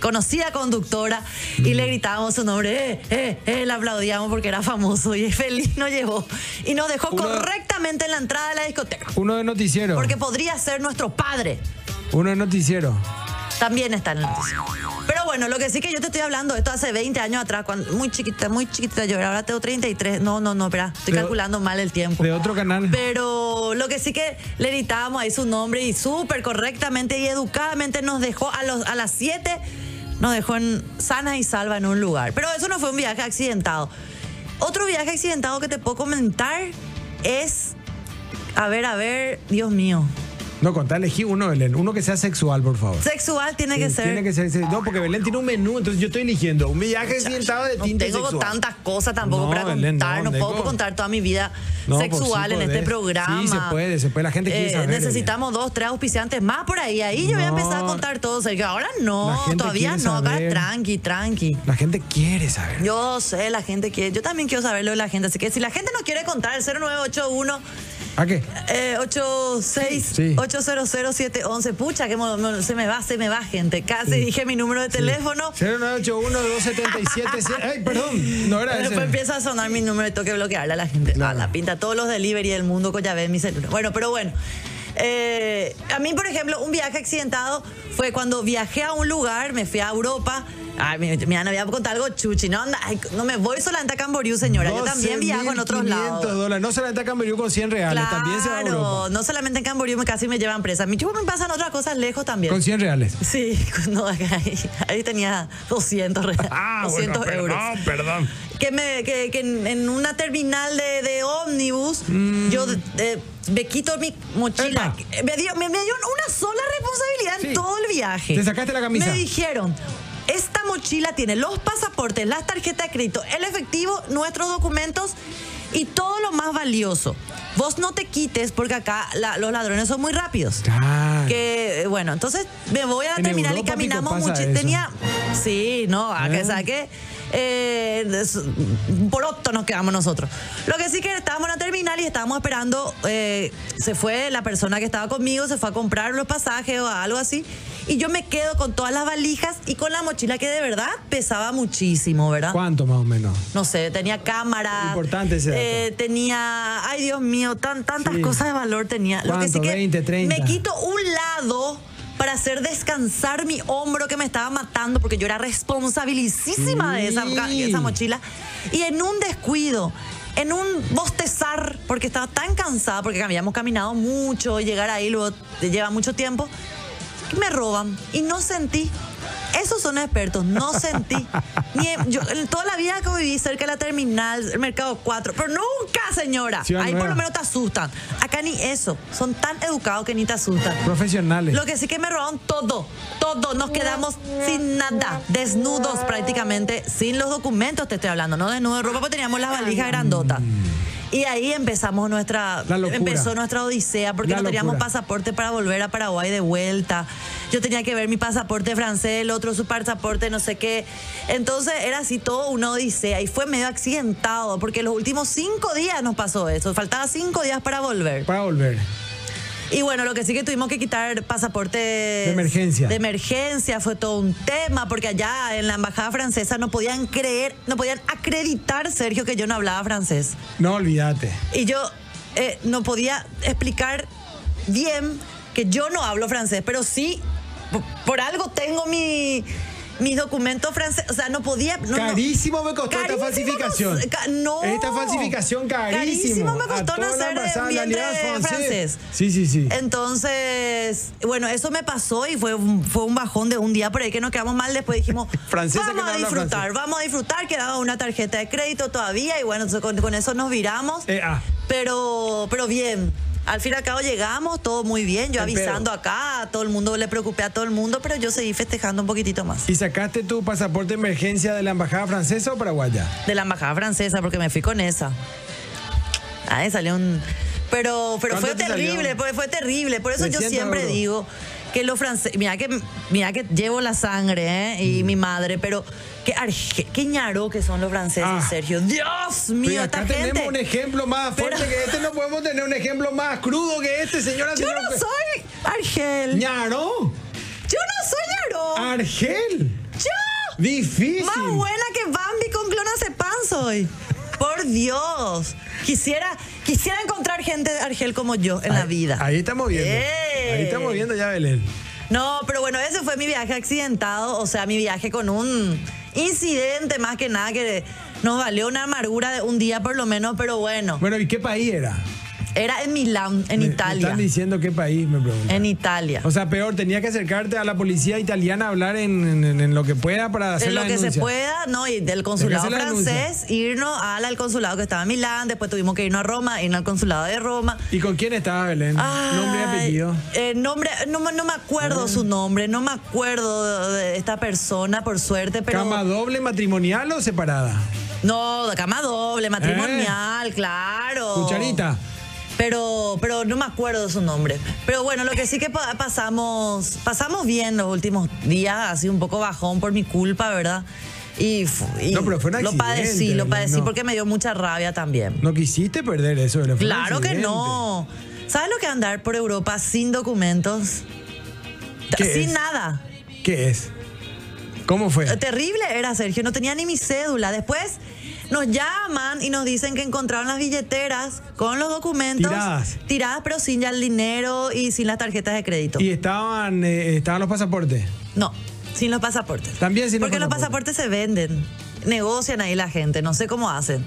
[SPEAKER 2] conocida conductora y le gritábamos su nombre, eh, eh, eh, le aplaudíamos porque era famoso y feliz nos llevó y nos dejó
[SPEAKER 1] Uno-
[SPEAKER 2] correctamente en la entrada de la discoteca.
[SPEAKER 1] Uno de noticiero.
[SPEAKER 2] Porque podría ser nuestro padre.
[SPEAKER 1] Uno de noticiero.
[SPEAKER 2] También está en la noticia. Pero bueno, lo que sí que yo te estoy hablando, esto hace 20 años atrás, cuando, muy chiquita, muy chiquita yo era, ahora tengo 33. No, no, no, espera, estoy
[SPEAKER 1] Pero-
[SPEAKER 2] calculando mal el tiempo.
[SPEAKER 1] De otro canal.
[SPEAKER 2] Pero lo que sí que le gritábamos ahí su nombre y súper correctamente y educadamente nos dejó a, los, a las 7, nos dejó en sana y salva en un lugar. Pero eso no fue un viaje accidentado. Otro viaje accidentado que te puedo comentar es, a ver, a ver, Dios mío.
[SPEAKER 1] No, contá, elegí uno, Belén. Uno que sea sexual, por favor.
[SPEAKER 2] Sexual tiene que
[SPEAKER 1] Sí,
[SPEAKER 2] ser.
[SPEAKER 1] Tiene que ser. sí. No, porque Belén tiene un menú, entonces yo estoy eligiendo un viaje cintado de
[SPEAKER 2] no
[SPEAKER 1] tinte
[SPEAKER 2] tengo
[SPEAKER 1] sexual.
[SPEAKER 2] tantas cosas tampoco
[SPEAKER 1] No,
[SPEAKER 2] para contar,
[SPEAKER 1] Belén, no,
[SPEAKER 2] no, puedo
[SPEAKER 1] Deco.
[SPEAKER 2] contar toda mi vida
[SPEAKER 1] No, pues sí
[SPEAKER 2] sexual en este
[SPEAKER 1] podés.
[SPEAKER 2] programa. Eh,
[SPEAKER 1] Sí, se puede, se puede, la gente quiere saber,
[SPEAKER 2] Necesitamos dos, tres auspiciantes más por ahí, ahí yo voy a empezar a
[SPEAKER 1] No.
[SPEAKER 2] contar todo, Sergio. Ahora
[SPEAKER 1] La
[SPEAKER 2] no,
[SPEAKER 1] gente
[SPEAKER 2] todavía
[SPEAKER 1] quiere
[SPEAKER 2] no, acá
[SPEAKER 1] saber.
[SPEAKER 2] tranqui, tranqui.
[SPEAKER 1] La gente quiere saber.
[SPEAKER 2] Yo sé, la gente quiere, yo también quiero saber lo de la gente, así que si la gente no quiere contar, el 0981...
[SPEAKER 1] ¿A qué?
[SPEAKER 2] Eh, 86
[SPEAKER 1] Sí.
[SPEAKER 2] 800711. Pucha, que mo- mo- se me va, se me va, gente. Casi dije mi número de teléfono.
[SPEAKER 1] 0981 277 Ay, perdón. No era
[SPEAKER 2] Pero
[SPEAKER 1] ese.
[SPEAKER 2] Después empieza a sonar mi número y tengo que bloquearle a la gente. A la pinta todos los delivery del mundo con llave en mi celular. Bueno, pero bueno. Eh, a mí, por ejemplo, un viaje accidentado fue cuando viajé a un lugar, me fui a Europa. Ay, mi- mira, no voy a contar algo chuchi. No, anda, ay, no me voy solamente a Camboriú, señora. Yo también viajo en otros
[SPEAKER 1] 12.500
[SPEAKER 2] lados.
[SPEAKER 1] dólares. No solamente a Camboriú con 100 reales, también se va a Europa.
[SPEAKER 2] no solamente en Camboriú me casi me llevan presa. A mí chupo, me pasan otras cosas lejos también.
[SPEAKER 1] Con 100 reales.
[SPEAKER 2] Sí, cuando ahí, ahí tenía 200, reales, 200 euros.
[SPEAKER 1] Ah, perdón.
[SPEAKER 2] Que, me, que, que en, en una terminal de, de ómnibus,
[SPEAKER 1] Mm.
[SPEAKER 2] yo eh, me quito mi mochila. Eh, Me, dio- me- me dieron una sola responsabilidad en
[SPEAKER 1] Sí.
[SPEAKER 2] todo el viaje.
[SPEAKER 1] Te sacaste la camisa.
[SPEAKER 2] Me dijeron. Esta mochila tiene los pasaportes, las tarjetas de crédito, el efectivo, nuestros documentos y todo lo más valioso. Vos no te quites porque acá la- los ladrones son muy rápidos.
[SPEAKER 1] Claro.
[SPEAKER 2] Que eh, bueno, entonces me voy a la
[SPEAKER 1] En
[SPEAKER 2] terminal y
[SPEAKER 1] Europa, Pico,
[SPEAKER 2] caminamos
[SPEAKER 1] pasa
[SPEAKER 2] mucho.
[SPEAKER 1] eso.
[SPEAKER 2] Tenía. Sí, no, a que
[SPEAKER 1] Ah.
[SPEAKER 2] saque. Eh, es- un poroto nos quedamos nosotros. Lo que sí que estábamos en la terminal y estábamos esperando. eh, se fue la persona que estaba conmigo, se fue a comprar los pasajes o algo así. Y yo me quedo con todas las valijas y con la mochila que de verdad pesaba muchísimo, ¿verdad?
[SPEAKER 1] ¿Cuánto más o menos?
[SPEAKER 2] No sé, tenía cámara.
[SPEAKER 1] Importante ese dato.
[SPEAKER 2] eh, tenía, ay Dios mío, tan, tantas
[SPEAKER 1] Sí.
[SPEAKER 2] cosas de valor tenía. Lo que
[SPEAKER 1] ¿Cuánto?
[SPEAKER 2] sí que
[SPEAKER 1] 20, 30.
[SPEAKER 2] me quito un lado para hacer descansar mi hombro que me estaba matando porque yo era responsabilísima de esa,
[SPEAKER 1] Sí.
[SPEAKER 2] ca- esa mochila. Y en un descuido, en un bostezar, porque estaba tan cansada, porque habíamos caminado mucho, llegar ahí luego te lleva mucho tiempo, que me roban y no sentí. Esos son expertos, no sentí. Ni, yo, en toda la vida que viví cerca de la terminal, el mercado 4, pero nunca, señora.
[SPEAKER 1] Ciudad
[SPEAKER 2] Ahí por
[SPEAKER 1] Nueva.
[SPEAKER 2] lo menos te asustan. Acá ni eso. Son tan educados que ni te asustan.
[SPEAKER 1] Profesionales.
[SPEAKER 2] Lo que sí que me robaron todo, todo. Nos quedamos sin nada, desnudos prácticamente, sin los documentos, te estoy hablando, no desnudos de ropa, porque teníamos las valijas grandotas. Y ahí empezamos nuestra,
[SPEAKER 1] La locura.
[SPEAKER 2] empezó nuestra odisea, porque
[SPEAKER 1] La
[SPEAKER 2] no teníamos
[SPEAKER 1] locura.
[SPEAKER 2] pasaporte para volver a Paraguay de vuelta. Yo tenía que ver mi pasaporte francés, el otro su pasaporte no sé qué. Entonces era así todo una odisea y fue medio accidentado, porque los últimos cinco días nos pasó eso, faltaba cinco días para volver.
[SPEAKER 1] Para volver.
[SPEAKER 2] Y bueno, lo que sí que tuvimos que quitar pasaporte de
[SPEAKER 1] emergencia.
[SPEAKER 2] De emergencia fue todo un tema porque allá en la embajada francesa no podían creer, no podían acreditar Sergio que yo no hablaba francés
[SPEAKER 1] No olvídate.
[SPEAKER 2] y yo eh, no podía explicar bien que yo no hablo francés, pero sí por, por algo tengo mi mis documentos francés, o sea, no podía no, no.
[SPEAKER 1] Carísimo me costó esta
[SPEAKER 2] Carísimo
[SPEAKER 1] falsificación.
[SPEAKER 2] nos- ca- no.
[SPEAKER 1] Esta falsificación carísimo.
[SPEAKER 2] Carísimo me costó
[SPEAKER 1] A toda la
[SPEAKER 2] nacer de
[SPEAKER 1] embajada, la
[SPEAKER 2] vientre
[SPEAKER 1] Alianza Francesa.
[SPEAKER 2] francés.
[SPEAKER 1] Sí, sí, sí.
[SPEAKER 2] Entonces, bueno, eso me pasó y fue un, fue un bajón de un día por ahí que nos quedamos mal. Después dijimos,
[SPEAKER 1] Francesa que
[SPEAKER 2] vamos
[SPEAKER 1] no
[SPEAKER 2] a
[SPEAKER 1] habla
[SPEAKER 2] disfrutar,
[SPEAKER 1] francés.
[SPEAKER 2] vamos a disfrutar. Quedaba una tarjeta de crédito todavía y bueno, entonces con, con eso nos viramos.
[SPEAKER 1] Eh, ah.
[SPEAKER 2] Pero, pero bien. Al fin y al cabo llegamos, todo muy bien. Yo
[SPEAKER 1] Empero.
[SPEAKER 2] avisando acá, a todo el mundo le preocupé a todo el mundo, pero yo seguí festejando un poquitito más.
[SPEAKER 1] ¿Y sacaste tu pasaporte de emergencia de la embajada francesa o paraguaya?
[SPEAKER 2] De la embajada francesa, porque me fui con esa. Ahí salió un. Pero, pero fue
[SPEAKER 1] ¿Cuánto te
[SPEAKER 2] terrible,
[SPEAKER 1] salió?
[SPEAKER 2] fue, fue terrible. Por eso yo
[SPEAKER 1] 300
[SPEAKER 2] siempre
[SPEAKER 1] euros.
[SPEAKER 2] digo que los franceses. Mira que, mira que llevo la sangre, ¿eh?
[SPEAKER 1] Mm.
[SPEAKER 2] Y mi madre, pero. Qué, arge- qué ñaro que son los franceses,
[SPEAKER 1] Ah.
[SPEAKER 2] Sergio. Dios
[SPEAKER 1] Pero
[SPEAKER 2] mío,
[SPEAKER 1] acá
[SPEAKER 2] esta
[SPEAKER 1] tenemos
[SPEAKER 2] gente.
[SPEAKER 1] un ejemplo más fuerte
[SPEAKER 2] Pero-
[SPEAKER 1] que este. No podemos tener un ejemplo más crudo que este, señora.
[SPEAKER 2] Yo
[SPEAKER 1] señora-
[SPEAKER 2] no soy Argel.
[SPEAKER 1] Ñaro.
[SPEAKER 2] Yo no soy
[SPEAKER 1] Ah.
[SPEAKER 2] ñaro.
[SPEAKER 1] Argel.
[SPEAKER 2] Yo.
[SPEAKER 1] Difícil.
[SPEAKER 2] Más buena que Bambi con clonazepam soy. Por Dios. Quisiera, quisiera encontrar gente de Argel como yo en la vida.
[SPEAKER 1] Ahí estamos viendo.
[SPEAKER 2] ¡Eh!
[SPEAKER 1] Ahí estamos viendo ya, Belén.
[SPEAKER 2] No, pero bueno, ese fue mi viaje accidentado, o sea, mi viaje con un incidente más que nada que nos valió una amargura de un día por lo menos, pero bueno.
[SPEAKER 1] Bueno, ¿y qué país era?
[SPEAKER 2] Era en Milán, en
[SPEAKER 1] Me- me
[SPEAKER 2] Italia.
[SPEAKER 1] están diciendo qué país, me preguntan.
[SPEAKER 2] En Italia.
[SPEAKER 1] O sea, peor, tenía que acercarte a la policía italiana a hablar en, en- en lo que pueda para hacer
[SPEAKER 2] en lo
[SPEAKER 1] la
[SPEAKER 2] que se
[SPEAKER 1] denuncia.
[SPEAKER 2] pueda, ¿no? Y del consulado
[SPEAKER 1] hacer la denuncia.
[SPEAKER 2] francés, irnos al, al consulado que estaba en Milán, después tuvimos que irnos a Roma, irnos al consulado de Roma.
[SPEAKER 1] ¿Y con quién estaba Belén? Nombre y
[SPEAKER 2] Ay,
[SPEAKER 1] apellido.
[SPEAKER 2] eh, nombre, no, me- no me acuerdo su nombre, no me acuerdo de esta persona, por suerte, pero.
[SPEAKER 1] ¿Cama doble, matrimonial o separada?
[SPEAKER 2] No, de cama doble, matrimonial, claro.
[SPEAKER 1] Eh. Cucharita.
[SPEAKER 2] Pero, pero no me acuerdo de su nombre. Pero bueno, lo que sí que pa- pasamos, pasamos bien los últimos días, así un poco bajón por mi culpa, ¿verdad? Y, fu- y
[SPEAKER 1] No, pero fue un
[SPEAKER 2] lo padecí,
[SPEAKER 1] accidente,
[SPEAKER 2] lo
[SPEAKER 1] Belén,
[SPEAKER 2] padecí
[SPEAKER 1] no.
[SPEAKER 2] porque me dio mucha rabia también.
[SPEAKER 1] No quisiste perder eso. Belén, fue un
[SPEAKER 2] claro que
[SPEAKER 1] accidente.
[SPEAKER 2] no. ¿Sabes lo que es andar por Europa sin documentos?
[SPEAKER 1] ¿Qué
[SPEAKER 2] sin
[SPEAKER 1] es? Eh.
[SPEAKER 2] nada.
[SPEAKER 1] ¿Qué es? ¿Cómo fue?
[SPEAKER 2] Terrible era Sergio, no tenía ni mi cédula. Después nos llaman y nos dicen que encontraron las billeteras con los documentos
[SPEAKER 1] Tiradas.
[SPEAKER 2] tiradas, pero sin ya el dinero y sin las tarjetas de crédito.
[SPEAKER 1] ¿Y estaban, eh, estaban los pasaportes?
[SPEAKER 2] No, sin los pasaportes.
[SPEAKER 1] También sin los
[SPEAKER 2] Porque los
[SPEAKER 1] pasaportes.
[SPEAKER 2] pasaportes se venden, negocian ahí la gente, no sé cómo hacen.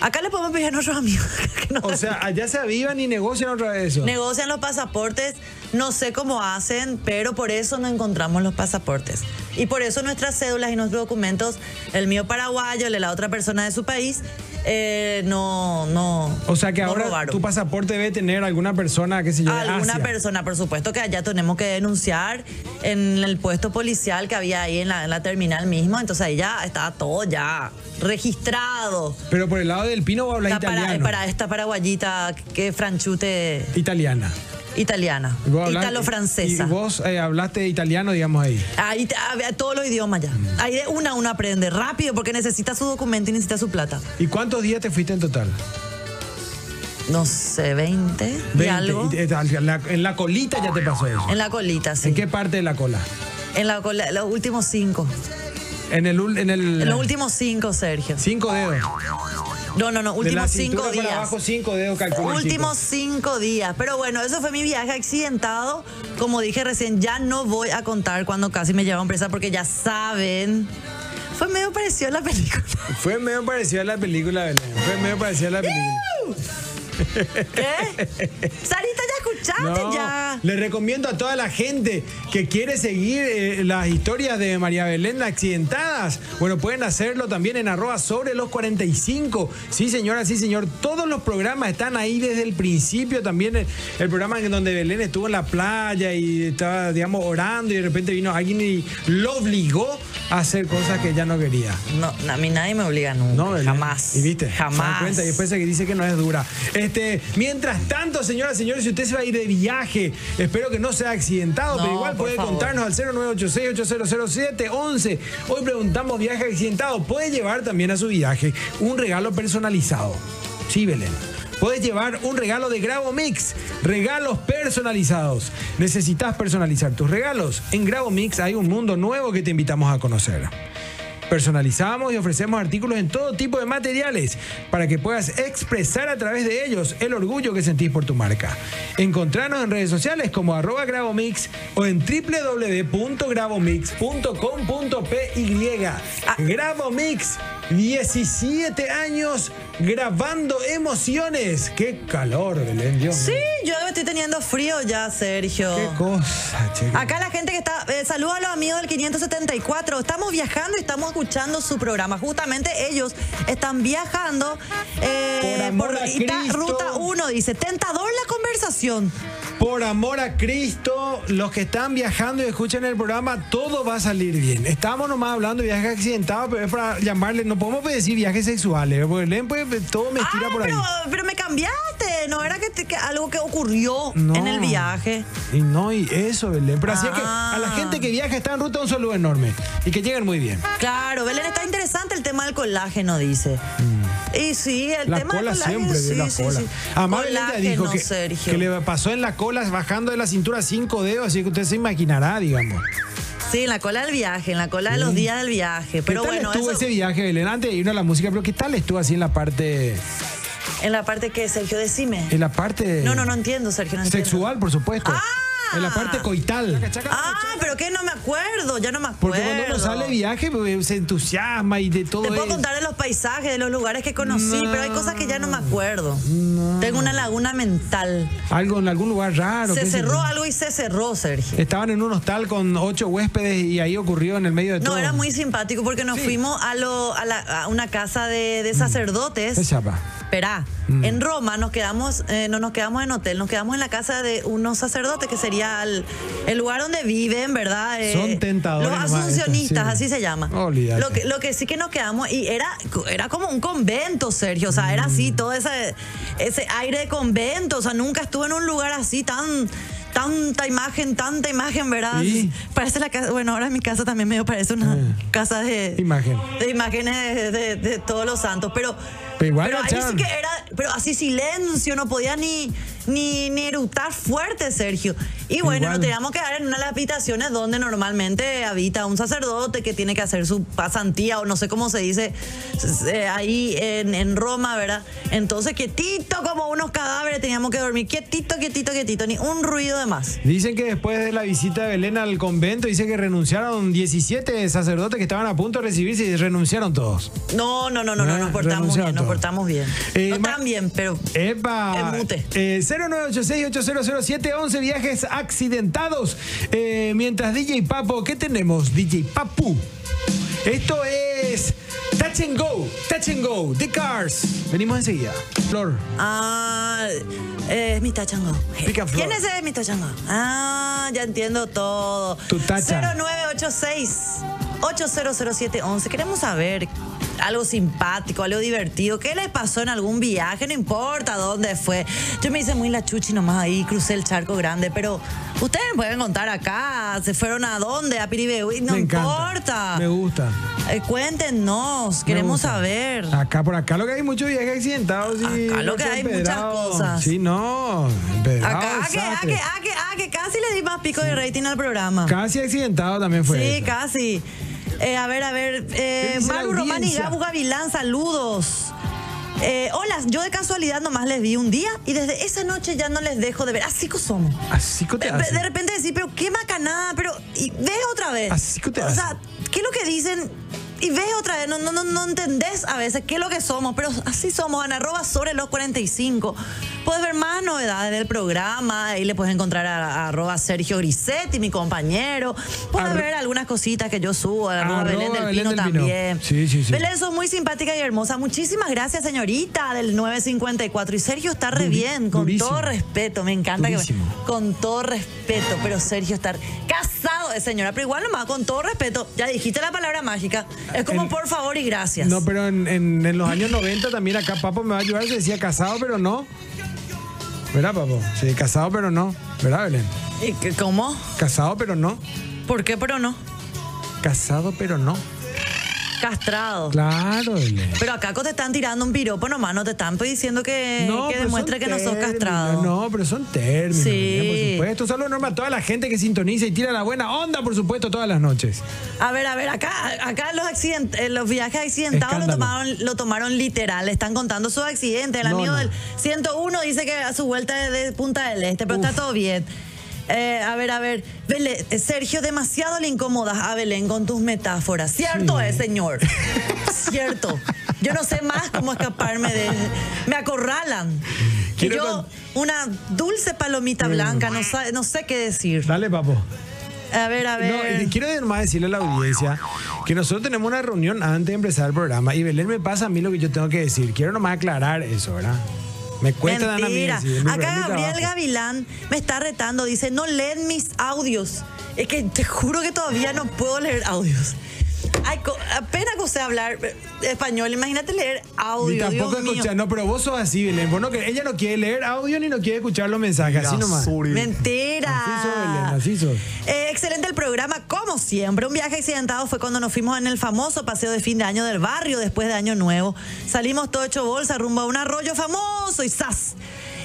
[SPEAKER 2] Acá le podemos pedir a nuestros amigos que nos
[SPEAKER 1] O sea, allá se avivan y negocian otra vez eso.
[SPEAKER 2] negocian los pasaportes, no sé cómo hacen, pero por eso no encontramos los pasaportes. Y por eso nuestras cédulas y nuestros documentos, el mío paraguayo, el de la otra persona de su país, eh, no, no.
[SPEAKER 1] o sea que
[SPEAKER 2] no
[SPEAKER 1] ahora
[SPEAKER 2] robaron.
[SPEAKER 1] tu pasaporte debe tener alguna persona, qué sé yo, de
[SPEAKER 2] Alguna
[SPEAKER 1] Asia.
[SPEAKER 2] persona, por supuesto que allá tenemos que denunciar en el puesto policial que había ahí en la, en la terminal mismo, entonces ahí ya estaba todo ya registrado.
[SPEAKER 1] Pero por el lado del pino va a hablar
[SPEAKER 2] Está para,
[SPEAKER 1] italiano.
[SPEAKER 2] para esta paraguayita que franchute
[SPEAKER 1] Italiana.
[SPEAKER 2] italiana,
[SPEAKER 1] Y vos hablas-
[SPEAKER 2] italo-francesa.
[SPEAKER 1] Y vos eh, hablaste italiano, digamos ahí.
[SPEAKER 2] Ahí te- a- a todos los idiomas ya. Ahí de una a una aprende rápido porque necesita su documento y necesita su plata.
[SPEAKER 1] ¿Y cuántos días te fuiste en total?
[SPEAKER 2] No sé, 20, y
[SPEAKER 1] 20.
[SPEAKER 2] algo.
[SPEAKER 1] Y, eh, al- la- en la colita ya te pasó eso.
[SPEAKER 2] En la colita, sí.
[SPEAKER 1] ¿En qué parte de la cola?
[SPEAKER 2] En la cola- los últimos cinco.
[SPEAKER 1] En el. ul- En el
[SPEAKER 2] En los últimos cinco, Sergio.
[SPEAKER 1] Cinco dedos.
[SPEAKER 2] No, no, no,
[SPEAKER 1] de la
[SPEAKER 2] últimos cinco
[SPEAKER 1] cintura para
[SPEAKER 2] días.
[SPEAKER 1] abajo, cinco dedos calculo,
[SPEAKER 2] Últimos
[SPEAKER 1] chicos.
[SPEAKER 2] cinco días. Pero bueno, eso fue mi viaje accidentado. Como dije recién, ya no voy a contar cuando casi me llevaron presa porque ya saben. Fue medio parecido a la película.
[SPEAKER 1] Fue medio parecido a la película, Belén. Fue medio parecido a la película.
[SPEAKER 2] ¿Qué? Sarita, ya escuchaste
[SPEAKER 1] No,
[SPEAKER 2] ya.
[SPEAKER 1] Le recomiendo a toda la gente que quiere seguir eh, las historias de María Belén accidentadas. Bueno, pueden hacerlo también en arroba sobre los 45. Sí, señora, sí, señor. Todos los programas están ahí desde el principio. También el, el programa en donde Belén estuvo en la playa y estaba, digamos, orando y de repente vino alguien y lo obligó a hacer cosas que ella no quería.
[SPEAKER 2] No, a mí nadie me obliga nunca.
[SPEAKER 1] No, Belén.
[SPEAKER 2] jamás.
[SPEAKER 1] Y viste, se dan
[SPEAKER 2] Jamás.
[SPEAKER 1] cuenta y después se dice que no es dura. Este, mientras tanto, señoras y señores, si usted se va a ir de viaje, espero que no sea accidentado,
[SPEAKER 2] No,
[SPEAKER 1] pero igual
[SPEAKER 2] por
[SPEAKER 1] puede
[SPEAKER 2] favor.
[SPEAKER 1] contarnos al 0986-8007-11. Hoy preguntamos viaje accidentado. Puede llevar también a su viaje un regalo personalizado. Sí, Belén. Puedes llevar un regalo de Gravomix, regalos personalizados. Necesitas personalizar tus regalos. En Gravomix hay un mundo nuevo que te invitamos a conocer. Personalizamos y ofrecemos artículos en todo tipo de materiales para que puedas expresar a través de ellos el orgullo que sentís por tu marca. Encontranos en redes sociales como arroba Gravomix o en www.gravomix.com.py.
[SPEAKER 2] Ah.
[SPEAKER 1] Gravomix, 17 años grabando emociones. ¡Qué calor, Belén! Dios
[SPEAKER 2] Sí,
[SPEAKER 1] mío.
[SPEAKER 2] yo estoy teniendo frío ya, Sergio.
[SPEAKER 1] ¡Qué cosa, che.
[SPEAKER 2] Acá la gente que está. eh, saluda a los amigos del 574. Estamos viajando y estamos escuchando su programa. Justamente ellos están viajando eh,
[SPEAKER 1] Por amor a
[SPEAKER 2] y está
[SPEAKER 1] Cristo.
[SPEAKER 2] ruta 1. Dice: Tentador la conversación.
[SPEAKER 1] Por amor a Cristo, los que están viajando y escuchan el programa, todo va a salir bien. Estamos nomás hablando de viajes accidentados, pero es para llamarle, no podemos decir viajes sexuales, porque Len, pues, todo me estira
[SPEAKER 2] Ah,
[SPEAKER 1] por ahí.
[SPEAKER 2] pero, pero me cambiaste. No era que, te- que algo que ocurrió
[SPEAKER 1] No.
[SPEAKER 2] en el viaje.
[SPEAKER 1] Y no, y eso, Belén. Pero así es que
[SPEAKER 2] Ah.
[SPEAKER 1] a la gente que viaja está en ruta, un saludo enorme. Y que lleguen muy bien.
[SPEAKER 2] Claro, Belén, está interesante el tema del colágeno, dice. Y sí, el
[SPEAKER 1] Mm. La
[SPEAKER 2] tema
[SPEAKER 1] cola
[SPEAKER 2] del colágeno.
[SPEAKER 1] siempre, de la cola. Además, Belén ya
[SPEAKER 2] Colágeno,
[SPEAKER 1] dijo que,
[SPEAKER 2] Sergio.
[SPEAKER 1] que le pasó en la cola bajando de la cintura cinco dedos, así que usted se imaginará, digamos.
[SPEAKER 2] Sí, en la cola del viaje, en la cola de los días del viaje. Pero
[SPEAKER 1] ¿Qué tal
[SPEAKER 2] bueno,
[SPEAKER 1] estuvo
[SPEAKER 2] eso-
[SPEAKER 1] ese viaje, Belén? Antes de irnos a la música, pero ¿qué tal estuvo así en la parte...
[SPEAKER 2] en la parte que, Sergio, decime.
[SPEAKER 1] En la parte...
[SPEAKER 2] No, no, no entiendo, Sergio, no entiendo.
[SPEAKER 1] Sexual, por supuesto.
[SPEAKER 2] Ah,
[SPEAKER 1] En la parte coital.
[SPEAKER 2] Ah, pero que no me acuerdo, ya no me acuerdo.
[SPEAKER 1] Porque cuando uno sale pues. de viaje pues, se entusiasma y de todo
[SPEAKER 2] Te puedo
[SPEAKER 1] es-
[SPEAKER 2] contar de los paisajes, de los lugares que conocí,
[SPEAKER 1] No.
[SPEAKER 2] pero hay cosas que ya no me acuerdo. Tengo una laguna mental.
[SPEAKER 1] Algo en algún lugar raro.
[SPEAKER 2] se
[SPEAKER 1] qué sé yo.
[SPEAKER 2] cerró algo y se cerró, Sergio.
[SPEAKER 1] Estaban en un hostal con ocho huéspedes y ahí ocurrió en el medio de todo.
[SPEAKER 2] No, era muy simpático porque nos fuimos a, lo- a la- a una casa de, de sacerdotes.
[SPEAKER 1] Qué chapa.
[SPEAKER 2] Esperá,
[SPEAKER 1] Mm.
[SPEAKER 2] en Roma nos quedamos, eh, no nos quedamos en hotel, nos quedamos en la casa de unos sacerdotes que sería el, el lugar donde viven, ¿verdad? Eh,
[SPEAKER 1] Son tentadores
[SPEAKER 2] Los
[SPEAKER 1] nomás estos,
[SPEAKER 2] asuncionistas,
[SPEAKER 1] sí.
[SPEAKER 2] así se llama.
[SPEAKER 1] Olvídate.
[SPEAKER 2] Lo que, lo que sí que nos quedamos, y era, era como un convento, Sergio, o sea, era
[SPEAKER 1] Mm.
[SPEAKER 2] así, todo ese, ese aire de convento, o sea, nunca estuve en un lugar así tan... Tanta imagen, tanta imagen, ¿verdad?
[SPEAKER 1] ¿Y? Ah.
[SPEAKER 2] Parece la casa, bueno, ahora mi casa también medio parece una casa de...
[SPEAKER 1] Imagen.
[SPEAKER 2] De imágenes de, de- de todos los santos, pero...
[SPEAKER 1] Pero igual
[SPEAKER 2] pero ahí
[SPEAKER 1] cachan.
[SPEAKER 2] sí que era, pero así silencio, no podía ni, ni, ni eructar fuerte, Sergio. Y bueno,
[SPEAKER 1] Igual.
[SPEAKER 2] nos teníamos que quedar en una de las habitaciones donde normalmente habita un sacerdote que tiene que hacer su pasantía o no sé cómo se dice eh, ahí en, en Roma, ¿verdad? Entonces, quietito como unos cadáveres teníamos que dormir, quietito, quietito, quietito, ni un ruido de más.
[SPEAKER 1] Dicen que después de la visita de Belén al convento, dice que renunciaron 17 sacerdotes que estaban a punto de recibirse y renunciaron todos.
[SPEAKER 2] No, no, no, no, no,
[SPEAKER 1] Ah,
[SPEAKER 2] nos portamos
[SPEAKER 1] renunciaron
[SPEAKER 2] bien, nos
[SPEAKER 1] todos.
[SPEAKER 2] portamos bien.
[SPEAKER 1] Eh,
[SPEAKER 2] no
[SPEAKER 1] Ma-
[SPEAKER 2] tan bien, pero...
[SPEAKER 1] ¡Epa!
[SPEAKER 2] Es mute.
[SPEAKER 1] Eh, 0986-8007-11 viajes accidentados. Eh, mientras DJ Papo, ¿qué tenemos? DJ Papu. Esto es Touch and Go, Touch and Go, The Cars. Venimos enseguida. Flor.
[SPEAKER 2] Ah, eh, es mi tachango.
[SPEAKER 1] Pica flor.
[SPEAKER 2] ¿Quién es ese mi tachango? Ah, ya entiendo todo.
[SPEAKER 1] Tu tacha.
[SPEAKER 2] 0986 800711. Queremos saber algo simpático, algo divertido. ¿Qué les pasó en algún viaje? No importa dónde fue. Yo me hice muy la chuchi nomás ahí, crucé el charco grande, pero ustedes me pueden contar acá. ¿Se fueron a dónde? A Piribeu. No
[SPEAKER 1] Me encanta.
[SPEAKER 2] importa.
[SPEAKER 1] Me gusta.
[SPEAKER 2] Eh, cuéntenos,
[SPEAKER 1] Me
[SPEAKER 2] queremos
[SPEAKER 1] gusta.
[SPEAKER 2] saber.
[SPEAKER 1] Acá por acá lo que hay muchos viajes accidentados. y
[SPEAKER 2] Acá lo que hay muchas
[SPEAKER 1] empedrado.
[SPEAKER 2] cosas.
[SPEAKER 1] Sí, no. empedrado,
[SPEAKER 2] Acá, ah, que, ah,
[SPEAKER 1] desastre.
[SPEAKER 2] que, ah, que, ah, que casi le di más pico de rating al programa.
[SPEAKER 1] Casi accidentado también fue.
[SPEAKER 2] sí,
[SPEAKER 1] eso.
[SPEAKER 2] casi. Eh, a ver, a ver.
[SPEAKER 1] ¿Qué
[SPEAKER 2] Eh,
[SPEAKER 1] dice la
[SPEAKER 2] Maru Román y
[SPEAKER 1] audiencia?
[SPEAKER 2] Gabu Gavilán, saludos. Eh, hola, yo de casualidad nomás les vi un día y desde esa noche ya no les dejo de ver. Ah, Así que somos.
[SPEAKER 1] Así que te
[SPEAKER 2] De,
[SPEAKER 1] hace.
[SPEAKER 2] de repente decís, pero qué macanada, pero. Y ves otra vez.
[SPEAKER 1] Así que Ah, te
[SPEAKER 2] O
[SPEAKER 1] hace.
[SPEAKER 2] sea, ¿qué es lo que dicen? Y ves otra vez, no, no, no, no entendés a veces qué es lo que somos, pero así somos, en arroba sobre los 45. Puedes ver más novedades del programa, ahí le puedes encontrar a, a arroba Sergio Grisetti, mi compañero. Puedes
[SPEAKER 1] Arro-
[SPEAKER 2] ver algunas cositas que yo subo, arroba,
[SPEAKER 1] Arroba
[SPEAKER 2] Belén del
[SPEAKER 1] Belén
[SPEAKER 2] Pino
[SPEAKER 1] del Pino.
[SPEAKER 2] también.
[SPEAKER 1] Sí, sí, sí.
[SPEAKER 2] Belén, sos muy simpática y hermosa. Muchísimas gracias, señorita del 954. Y Sergio está re
[SPEAKER 1] Duri-
[SPEAKER 2] bien, con
[SPEAKER 1] durísimo.
[SPEAKER 2] todo respeto, me encanta. Anda que-
[SPEAKER 1] Durísimo.
[SPEAKER 2] con todo respeto, pero Sergio estar casado es señora, pero igual nomás con todo respeto, ya dijiste la palabra mágica, es como
[SPEAKER 1] El-
[SPEAKER 2] por favor y gracias.
[SPEAKER 1] No, pero en, en- en los años 90 también acá Papo me va a ayudar, se decía casado, pero no. ¿Verdad, Papo? Sí, casado, pero no. ¿Verdad, Belén?
[SPEAKER 2] ¿Y qué- ¿Cómo?
[SPEAKER 1] Casado, pero no.
[SPEAKER 2] ¿Por qué pero no?
[SPEAKER 1] Casado, pero no.
[SPEAKER 2] Castrado.
[SPEAKER 1] Claro, Belén.
[SPEAKER 2] Pero acá te están tirando un piropo nomás, no te están diciendo que, que
[SPEAKER 1] pero
[SPEAKER 2] demuestre
[SPEAKER 1] pues, son
[SPEAKER 2] que no sos
[SPEAKER 1] términos,
[SPEAKER 2] castrado.
[SPEAKER 1] No, pero son términos.
[SPEAKER 2] Sí.
[SPEAKER 1] Belén, Por supuesto. Saludos, Norma, a toda la gente que sintoniza y tira la buena onda, por supuesto, todas las noches.
[SPEAKER 2] A ver, a ver, acá, acá los accident- eh, los viajes accidentados lo
[SPEAKER 1] Escándalo.
[SPEAKER 2] tomaron, lo tomaron literal, están contando sus accidentes. El
[SPEAKER 1] No,
[SPEAKER 2] amigo
[SPEAKER 1] no.
[SPEAKER 2] del 101 dice que a su vuelta de, de Punta del Este, pero
[SPEAKER 1] Uf.
[SPEAKER 2] está todo bien. Eh, a ver, a ver, Belén, eh, Sergio, demasiado le incomodas a Belén con tus metáforas. Cierto es, señor. Cierto. Yo no sé más cómo escaparme de... Me acorralan.
[SPEAKER 1] Quiero Eh.
[SPEAKER 2] Y yo, una dulce palomita blanca, no, sa- no sé qué decir.
[SPEAKER 1] Dale, Papo.
[SPEAKER 2] A ver, a ver.
[SPEAKER 1] No, eh, quiero además decirle a la audiencia que nosotros tenemos una reunión antes de empezar el programa y Belén me pasa a mí lo que yo tengo que decir. Quiero nomás aclarar eso, ¿verdad? Me cuesta dar a mí
[SPEAKER 2] Mentira.
[SPEAKER 1] decir, mi-
[SPEAKER 2] Acá
[SPEAKER 1] mi
[SPEAKER 2] Gabriel
[SPEAKER 1] trabajo.
[SPEAKER 2] Gavilán me está retando. Dice, no leen mis audios. Es que te juro que todavía no puedo leer audios. Ay, co- apenas que sé hablar eh, español. Imagínate leer audio.
[SPEAKER 1] Ni tampoco
[SPEAKER 2] Dios mío.
[SPEAKER 1] escuchar. No, pero vos sos así, Belén. Vos no que- ella no quiere leer audio ni no quiere escuchar los mensajes. Así nomás.
[SPEAKER 2] Mentira.
[SPEAKER 1] Así sos, Belén, así sos.
[SPEAKER 2] Eh, excelente el programa, como siempre. Un viaje accidentado fue cuando nos fuimos en el famoso paseo de fin de año del barrio después de Año Nuevo. Salimos todo hecho bolsa rumbo a un arroyo famoso y ¡zas!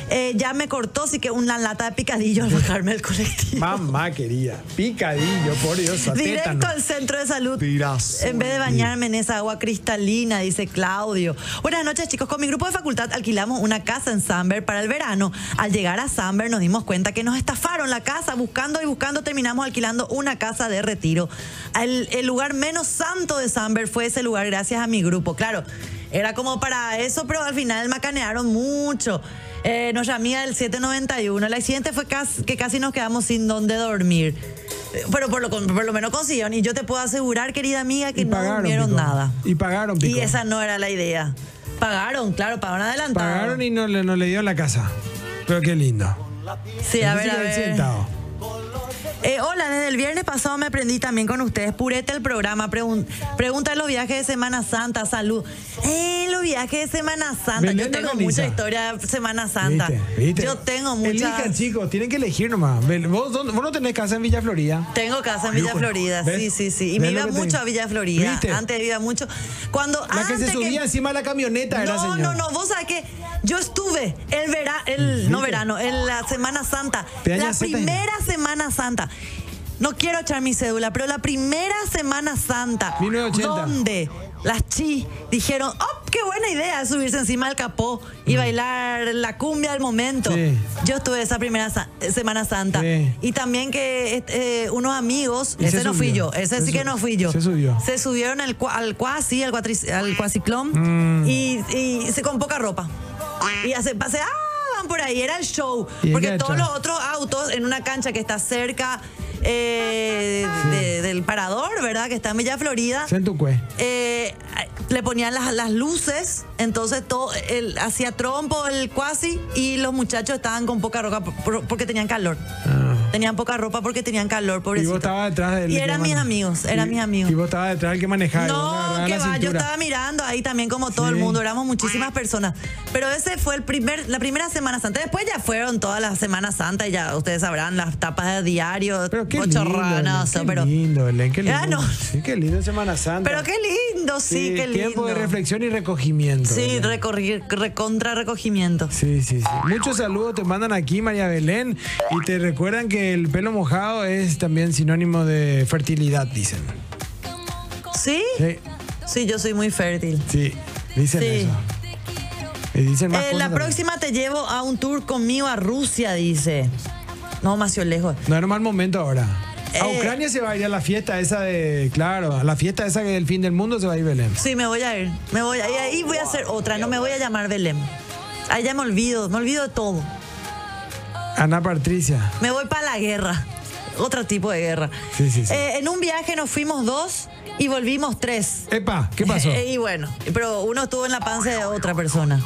[SPEAKER 2] eh, ya me cortó, así que una lata de picadillo al bajarme del colectivo.
[SPEAKER 1] Mamá querida, picadillo, por Dios. a
[SPEAKER 2] Directo
[SPEAKER 1] tétano.
[SPEAKER 2] al centro de salud.
[SPEAKER 1] Tirazo.
[SPEAKER 2] En vez de bañarme en esa agua cristalina, dice Claudio. Buenas noches, chicos. Con mi grupo de facultad alquilamos una casa en Samber para el verano. Al llegar a Samber nos dimos cuenta que nos estafaron la casa. Buscando y buscando terminamos alquilando una casa de retiro. El, el lugar menos santo de Samber fue ese lugar gracias a mi grupo. Claro, era como para eso, pero al final macanearon mucho. Eh, nos llamía del 791. El accidente fue cas- que casi nos quedamos sin dónde dormir. Eh, Pero por lo, con- por lo menos consiguieron. Y yo te puedo asegurar, querida amiga, que
[SPEAKER 1] Y
[SPEAKER 2] no
[SPEAKER 1] pagaron,
[SPEAKER 2] durmieron
[SPEAKER 1] Pico.
[SPEAKER 2] nada.
[SPEAKER 1] Y pagaron, Pico.
[SPEAKER 2] Y esa no era la idea. Pagaron, claro, pagaron adelantado.
[SPEAKER 1] Pagaron y no, le- no le dio la casa. Pero qué lindo.
[SPEAKER 2] Sí, a ver, a
[SPEAKER 1] Sigan
[SPEAKER 2] ver.
[SPEAKER 1] sentados.
[SPEAKER 2] Eh, hola, desde el viernes pasado me aprendí también con ustedes. Purete el programa. Pregun- pregunta de los viajes de Semana Santa. Salud. Eh, los viajes de Semana Santa.
[SPEAKER 1] Belén
[SPEAKER 2] Yo tengo
[SPEAKER 1] organiza.
[SPEAKER 2] mucha historia de Semana Santa.
[SPEAKER 1] ¿Viste? ¿Viste?
[SPEAKER 2] Yo tengo mucha.
[SPEAKER 1] Elijan, chicos, tienen que elegir nomás. Vel- ¿Vos, dónde- vos no tenés casa en Villa Florida.
[SPEAKER 2] Tengo casa en Villa
[SPEAKER 1] Lujo.
[SPEAKER 2] Florida,
[SPEAKER 1] ¿Ves?
[SPEAKER 2] sí, sí, sí.
[SPEAKER 1] ¿Ves
[SPEAKER 2] Y me
[SPEAKER 1] lo
[SPEAKER 2] iba
[SPEAKER 1] que te
[SPEAKER 2] mucho
[SPEAKER 1] digo?
[SPEAKER 2] a Villa Florida.
[SPEAKER 1] ¿Viste?
[SPEAKER 2] Antes iba mucho. Cuando
[SPEAKER 1] La que
[SPEAKER 2] antes
[SPEAKER 1] se subía encima de la camioneta era
[SPEAKER 2] No,
[SPEAKER 1] señor.
[SPEAKER 2] no, no, vos sabés que yo estuve el verano, el, no verano, en la Semana Santa,
[SPEAKER 1] Peña
[SPEAKER 2] la
[SPEAKER 1] Zeta, hija.
[SPEAKER 2] primera Semana Santa. No quiero echar mi cédula, pero la primera Semana Santa,
[SPEAKER 1] 1980.
[SPEAKER 2] donde las chi dijeron, ¡oh, qué buena idea subirse encima del capó y bailar la cumbia del momento!
[SPEAKER 1] Mm. Sí.
[SPEAKER 2] Yo estuve esa primera sa- Semana Santa.
[SPEAKER 1] Sí.
[SPEAKER 2] Y también que este, eh, unos amigos,
[SPEAKER 1] Y se
[SPEAKER 2] ese no fui
[SPEAKER 1] subió.
[SPEAKER 2] yo, ese
[SPEAKER 1] Se
[SPEAKER 2] sí que
[SPEAKER 1] su-
[SPEAKER 2] no fui yo.
[SPEAKER 1] se subió.
[SPEAKER 2] Se subieron al, cua- al cuasi, al, cuatri- al cuaciclón,
[SPEAKER 1] Mm.
[SPEAKER 2] y, y se con poca ropa. Y hace pase, ¡ah! Van por ahí, era el show.
[SPEAKER 1] Y
[SPEAKER 2] Porque
[SPEAKER 1] engancha.
[SPEAKER 2] todos los otros autos en una cancha que está cerca eh, de- del parador, ¿verdad? Que está en Villa Florida.
[SPEAKER 1] Sentucue.
[SPEAKER 2] eh, le ponían las, las luces, entonces todo el- hacía trompo el cuasi y los muchachos estaban con poca ropa por- porque tenían calor. Tenían poca ropa porque tenían calor,
[SPEAKER 1] Ah. Y
[SPEAKER 2] pobrecito.
[SPEAKER 1] vos estabas detrás del.
[SPEAKER 2] Y
[SPEAKER 1] que
[SPEAKER 2] eran mis
[SPEAKER 1] mane-
[SPEAKER 2] amigos, eran
[SPEAKER 1] y-
[SPEAKER 2] mis amigos.
[SPEAKER 1] Y vos estabas detrás del que manejaba. y vos le
[SPEAKER 2] No,
[SPEAKER 1] agarrabas
[SPEAKER 2] que
[SPEAKER 1] la
[SPEAKER 2] va, yo
[SPEAKER 1] cintura.
[SPEAKER 2] estaba mirando ahí también como todo el
[SPEAKER 1] Sí.
[SPEAKER 2] mundo, éramos muchísimas personas. Pero ese fue el primer, la primera Semana Santa. Después ya fueron todas las Semanas Santas, y ya ustedes sabrán, las tapas de diario,
[SPEAKER 1] Pero qué lindo. Belén,
[SPEAKER 2] bochorranas,
[SPEAKER 1] qué
[SPEAKER 2] pero,
[SPEAKER 1] lindo, Belén, qué lindo.
[SPEAKER 2] Ah, no.
[SPEAKER 1] Sí, qué lindo Semana Santa.
[SPEAKER 2] pero qué lindo, sí, qué lindo.
[SPEAKER 1] Tiempo de reflexión y recogimiento.
[SPEAKER 2] Sí,
[SPEAKER 1] Belén.
[SPEAKER 2] recorri- recontra recogimiento.
[SPEAKER 1] Sí, sí, sí. Muchos saludos te mandan aquí, María Belén. Y te recuerdan que el pelo mojado es también sinónimo de fertilidad, dicen.
[SPEAKER 2] ¿Sí?
[SPEAKER 1] Sí,
[SPEAKER 2] Sí, yo soy muy fértil.
[SPEAKER 1] sí, dicen
[SPEAKER 2] Sí.
[SPEAKER 1] eso. Y dicen más
[SPEAKER 2] Eh,
[SPEAKER 1] cosas
[SPEAKER 2] la
[SPEAKER 1] también.
[SPEAKER 2] próxima te llevo a un tour conmigo a Rusia, dice. No, más lejos.
[SPEAKER 1] No era mal momento ahora. A
[SPEAKER 2] Eh.
[SPEAKER 1] Ucrania se va a ir a la fiesta esa de. Claro, a la fiesta esa que del fin del mundo se va a ir Belén.
[SPEAKER 2] Sí, me voy a ir. Me voy a, y ahí voy a hacer otra. No me voy a llamar Belén. Ahí ya me olvido, me olvido de todo.
[SPEAKER 1] Ana Patricia.
[SPEAKER 2] Me voy para la guerra. Otro tipo de guerra.
[SPEAKER 1] Sí, sí, sí.
[SPEAKER 2] Eh, en un viaje nos fuimos dos y volvimos tres.
[SPEAKER 1] Epa, ¿qué pasó?
[SPEAKER 2] Eh, y bueno, pero uno estuvo en la panza de otra persona.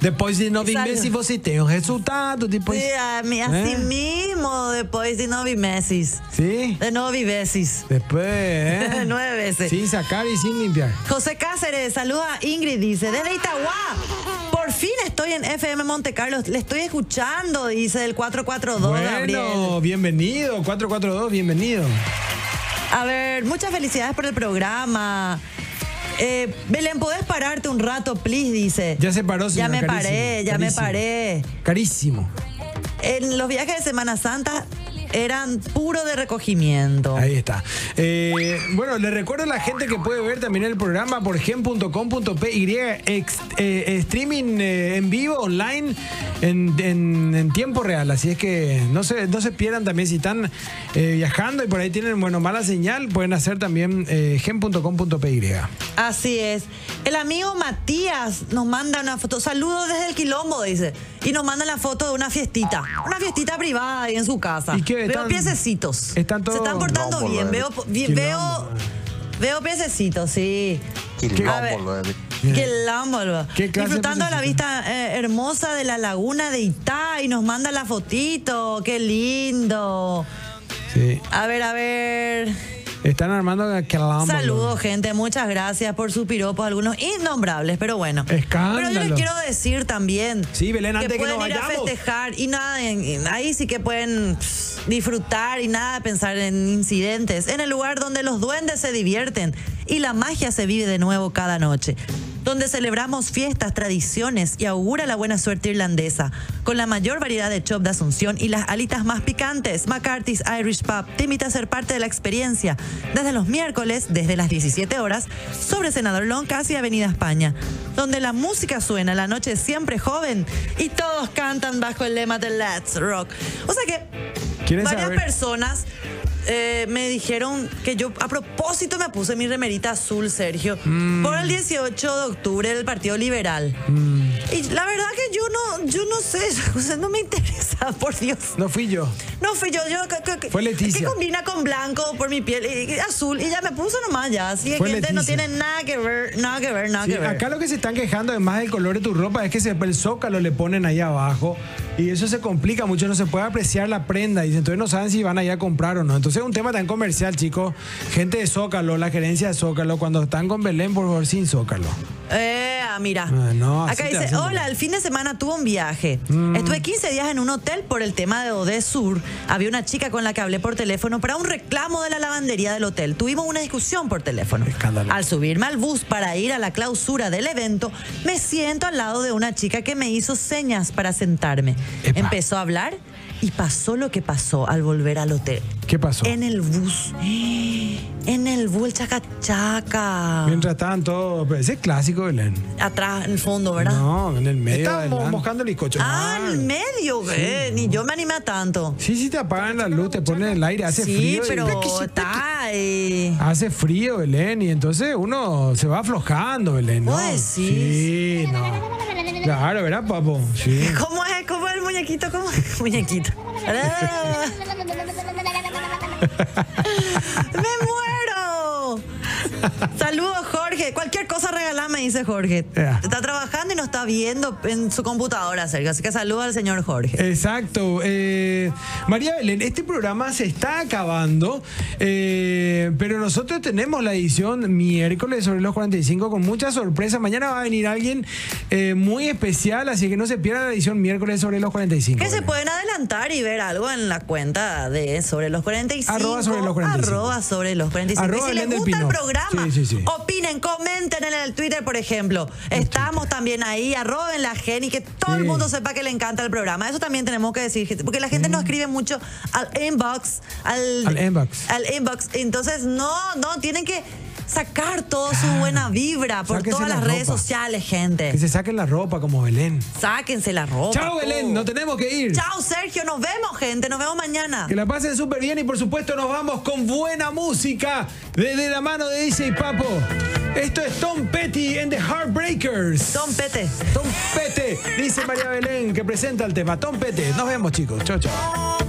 [SPEAKER 1] Depois de pues, nove
[SPEAKER 2] Salió.
[SPEAKER 1] meses você tem um resultado, depois.
[SPEAKER 2] sí, ah. a mí, así
[SPEAKER 1] ¿Eh?
[SPEAKER 2] mismo, después de nueve meses.
[SPEAKER 1] Sí.
[SPEAKER 2] De nueve veces.
[SPEAKER 1] Después, ¿eh?
[SPEAKER 2] nueve veces.
[SPEAKER 1] Sin sacar y sin limpiar.
[SPEAKER 2] José Cáceres, saluda a Ingrid, dice, desde Itagua. Por fin estoy en FM Monte Carlo, le estoy escuchando, dice el 442
[SPEAKER 1] bueno,
[SPEAKER 2] Gabriel.
[SPEAKER 1] bienvenido. 442, bienvenido.
[SPEAKER 2] A ver, muchas felicidades por el programa. Eh, Belén, ¿podés pararte un rato, please? Dice.
[SPEAKER 1] Ya se paró,
[SPEAKER 2] Ya
[SPEAKER 1] señora,
[SPEAKER 2] me
[SPEAKER 1] carísimo,
[SPEAKER 2] paré, ya me
[SPEAKER 1] carísimo.
[SPEAKER 2] paré.
[SPEAKER 1] Carísimo.
[SPEAKER 2] En los viajes de Semana Santa eran puro de recogimiento.
[SPEAKER 1] Ahí está. Eh, bueno, les recuerdo a la gente que puede ver también el programa por gen.com.py ex- eh, streaming eh, en vivo, online, en, en- en tiempo real. Así es que no se, no se pierdan también si están eh, viajando y por ahí tienen, bueno, mala señal, pueden hacer también eh, gen.com.py.
[SPEAKER 2] Así es. El amigo Matías nos manda una foto. Saludos desde el quilombo, dice. Y nos manda la foto de una fiestita. Una fiestita privada ahí en su casa.
[SPEAKER 1] ¿Y qué?
[SPEAKER 2] veo
[SPEAKER 1] Están-
[SPEAKER 2] piececitos.
[SPEAKER 1] están
[SPEAKER 2] Se están
[SPEAKER 1] todos- eh?
[SPEAKER 2] portando
[SPEAKER 4] Quilombo,
[SPEAKER 2] bien.
[SPEAKER 4] lo
[SPEAKER 2] Veo,
[SPEAKER 4] de-
[SPEAKER 2] vi-
[SPEAKER 1] Quilombo,
[SPEAKER 2] veo, veo piececitos, sí. A ver.
[SPEAKER 4] Quilombo, lo de-
[SPEAKER 2] Quilombo, lo-
[SPEAKER 1] ¿Qué clase de
[SPEAKER 2] Disfrutando de la vista eh, hermosa de la laguna de Itá y nos manda la fotito. Qué lindo.
[SPEAKER 1] Sí.
[SPEAKER 2] A ver, a ver.
[SPEAKER 1] Están armando quilombo.
[SPEAKER 2] Saludos, gente. Muchas gracias por sus piropos, algunos innombrables, pero bueno.
[SPEAKER 1] Escándalo.
[SPEAKER 2] Pero yo les quiero decir también
[SPEAKER 1] Sí, Belén, antes
[SPEAKER 2] que
[SPEAKER 1] que
[SPEAKER 2] pueden
[SPEAKER 1] nos
[SPEAKER 2] ir a
[SPEAKER 1] vayamos.
[SPEAKER 2] festejar y nada, en- en- ahí sí que pueden pss, disfrutar y nada de pensar en incidentes, en el lugar donde los duendes se divierten y la magia se vive de nuevo cada noche, donde celebramos fiestas, tradiciones y augura la buena suerte irlandesa, con la mayor variedad de chop de Asunción y las alitas más picantes. McCarthy's Irish Pub te invita a ser parte de la experiencia desde los miércoles, desde las 17 horas, sobre Senador Long, casi Avenida España, donde la música suena, la noche es siempre joven y todos cantan bajo el lema de Let's Rock. O sea que varias saber? personas eh, me dijeron que yo a propósito me puse mi remerita azul, Sergio, mm. por el 18 de octubre del Partido Liberal. Mm. Y la verdad que yo no, yo no sé, o sea, no me interesa, por Dios.
[SPEAKER 1] No fui yo.
[SPEAKER 2] No fui yo, yo que, que,
[SPEAKER 1] Fue Leticia.
[SPEAKER 2] Que combina con blanco por mi piel y, y azul y ya me puse nomás ya, así que gente no tiene nada que ver, nada que ver, nada sí, que ver.
[SPEAKER 1] Acá lo que se están quejando además del color de tu ropa es que se, el zócalo le ponen ahí abajo y eso se complica mucho, no se puede apreciar la prenda y entonces no saben si van allá a comprar o no. Entonces es un tema tan comercial, chicos. Gente de Zócalo, la gerencia de Zócalo, cuando están con Belén, por favor, sin Zócalo.
[SPEAKER 2] Eh, mira. Ah, no, Acá dice, hola, el fin de semana tuve un viaje. Mm. Estuve 15 días en un hotel por el tema de Ode Sur. Había una chica con la que hablé por teléfono para un reclamo de la lavandería del hotel. Tuvimos una discusión por teléfono.
[SPEAKER 1] Escándalo.
[SPEAKER 2] Al subirme al bus para ir a la clausura del evento, me siento al lado de una chica que me hizo señas para sentarme. Epa. Empezó a hablar y pasó lo que pasó al volver al hotel.
[SPEAKER 1] ¿Qué pasó?
[SPEAKER 2] En el bus. En el bus, el chacachaca.
[SPEAKER 1] Mientras tanto, pues, ese es clásico, Belén.
[SPEAKER 2] Atrás, en el fondo, ¿verdad?
[SPEAKER 1] No, en el medio. Estamos moscando el bizcocho.
[SPEAKER 2] Ah, en Ah. el medio, güey. Sí, Ni no. yo me animé a tanto.
[SPEAKER 1] Sí, sí, te apagan la luz, te ponen el aire, hace
[SPEAKER 2] sí,
[SPEAKER 1] frío.
[SPEAKER 2] Sí, pero y... está. Eh...
[SPEAKER 1] Hace frío, Belén, y entonces uno se va aflojando, Belén. ¿no?
[SPEAKER 2] Decís?
[SPEAKER 1] Sí, no. Claro, ¿verdad, papo? Sí.
[SPEAKER 2] ¿Cómo es? ¿Cómo es el muñequito? ¿Cómo es? Muñequito. ¡Me muero! Saludos, Jorge. Cualquier cosa regalame, dice Jorge. Yeah. Está trabajando y no está viendo en su computadora, Sergio. Así que saluda al señor Jorge.
[SPEAKER 1] Exacto. Eh, María Belén, este programa se está acabando, eh, pero nosotros tenemos la edición miércoles sobre los 45 con mucha sorpresa. Mañana va a venir alguien eh, muy especial, así que no se pierda la edición miércoles sobre los 45.
[SPEAKER 2] Que se pueden adelantar y ver algo en la cuenta de sobre los 45.
[SPEAKER 1] Arroba sobre los 45.
[SPEAKER 2] Arroba sobre los 45.
[SPEAKER 1] Arroba
[SPEAKER 2] y si les gusta Pino. el programa, sí, sí, sí. opinen, comenten en el Twitter, por ejemplo. Estamos también ahí, arroben la gen y que todo el mundo sepa que le encanta el programa. Eso también tenemos que decir, porque la gente mm. nos escribe mucho al inbox. Al,
[SPEAKER 1] al inbox.
[SPEAKER 2] Al inbox. Entonces, no, no, tienen que sacar toda su
[SPEAKER 1] Ah.
[SPEAKER 2] buena vibra por Sáquense todas las la redes sociales, gente.
[SPEAKER 1] Que se saquen la ropa como Belén.
[SPEAKER 2] Sáquense la ropa.
[SPEAKER 1] Chao, Belén, no tenemos que ir.
[SPEAKER 2] oh. Chao, Sergio, nos vemos, gente, nos vemos mañana.
[SPEAKER 1] Que la pasen súper bien y por supuesto nos vamos con buena música desde la mano de Dice y Papo. Esto es Tom Petty and the Heartbreakers.
[SPEAKER 2] Tom Petty.
[SPEAKER 1] Tom Petty, dice María Belén, que presenta el tema. Tom Petty. Nos vemos, chicos. Chao, chao.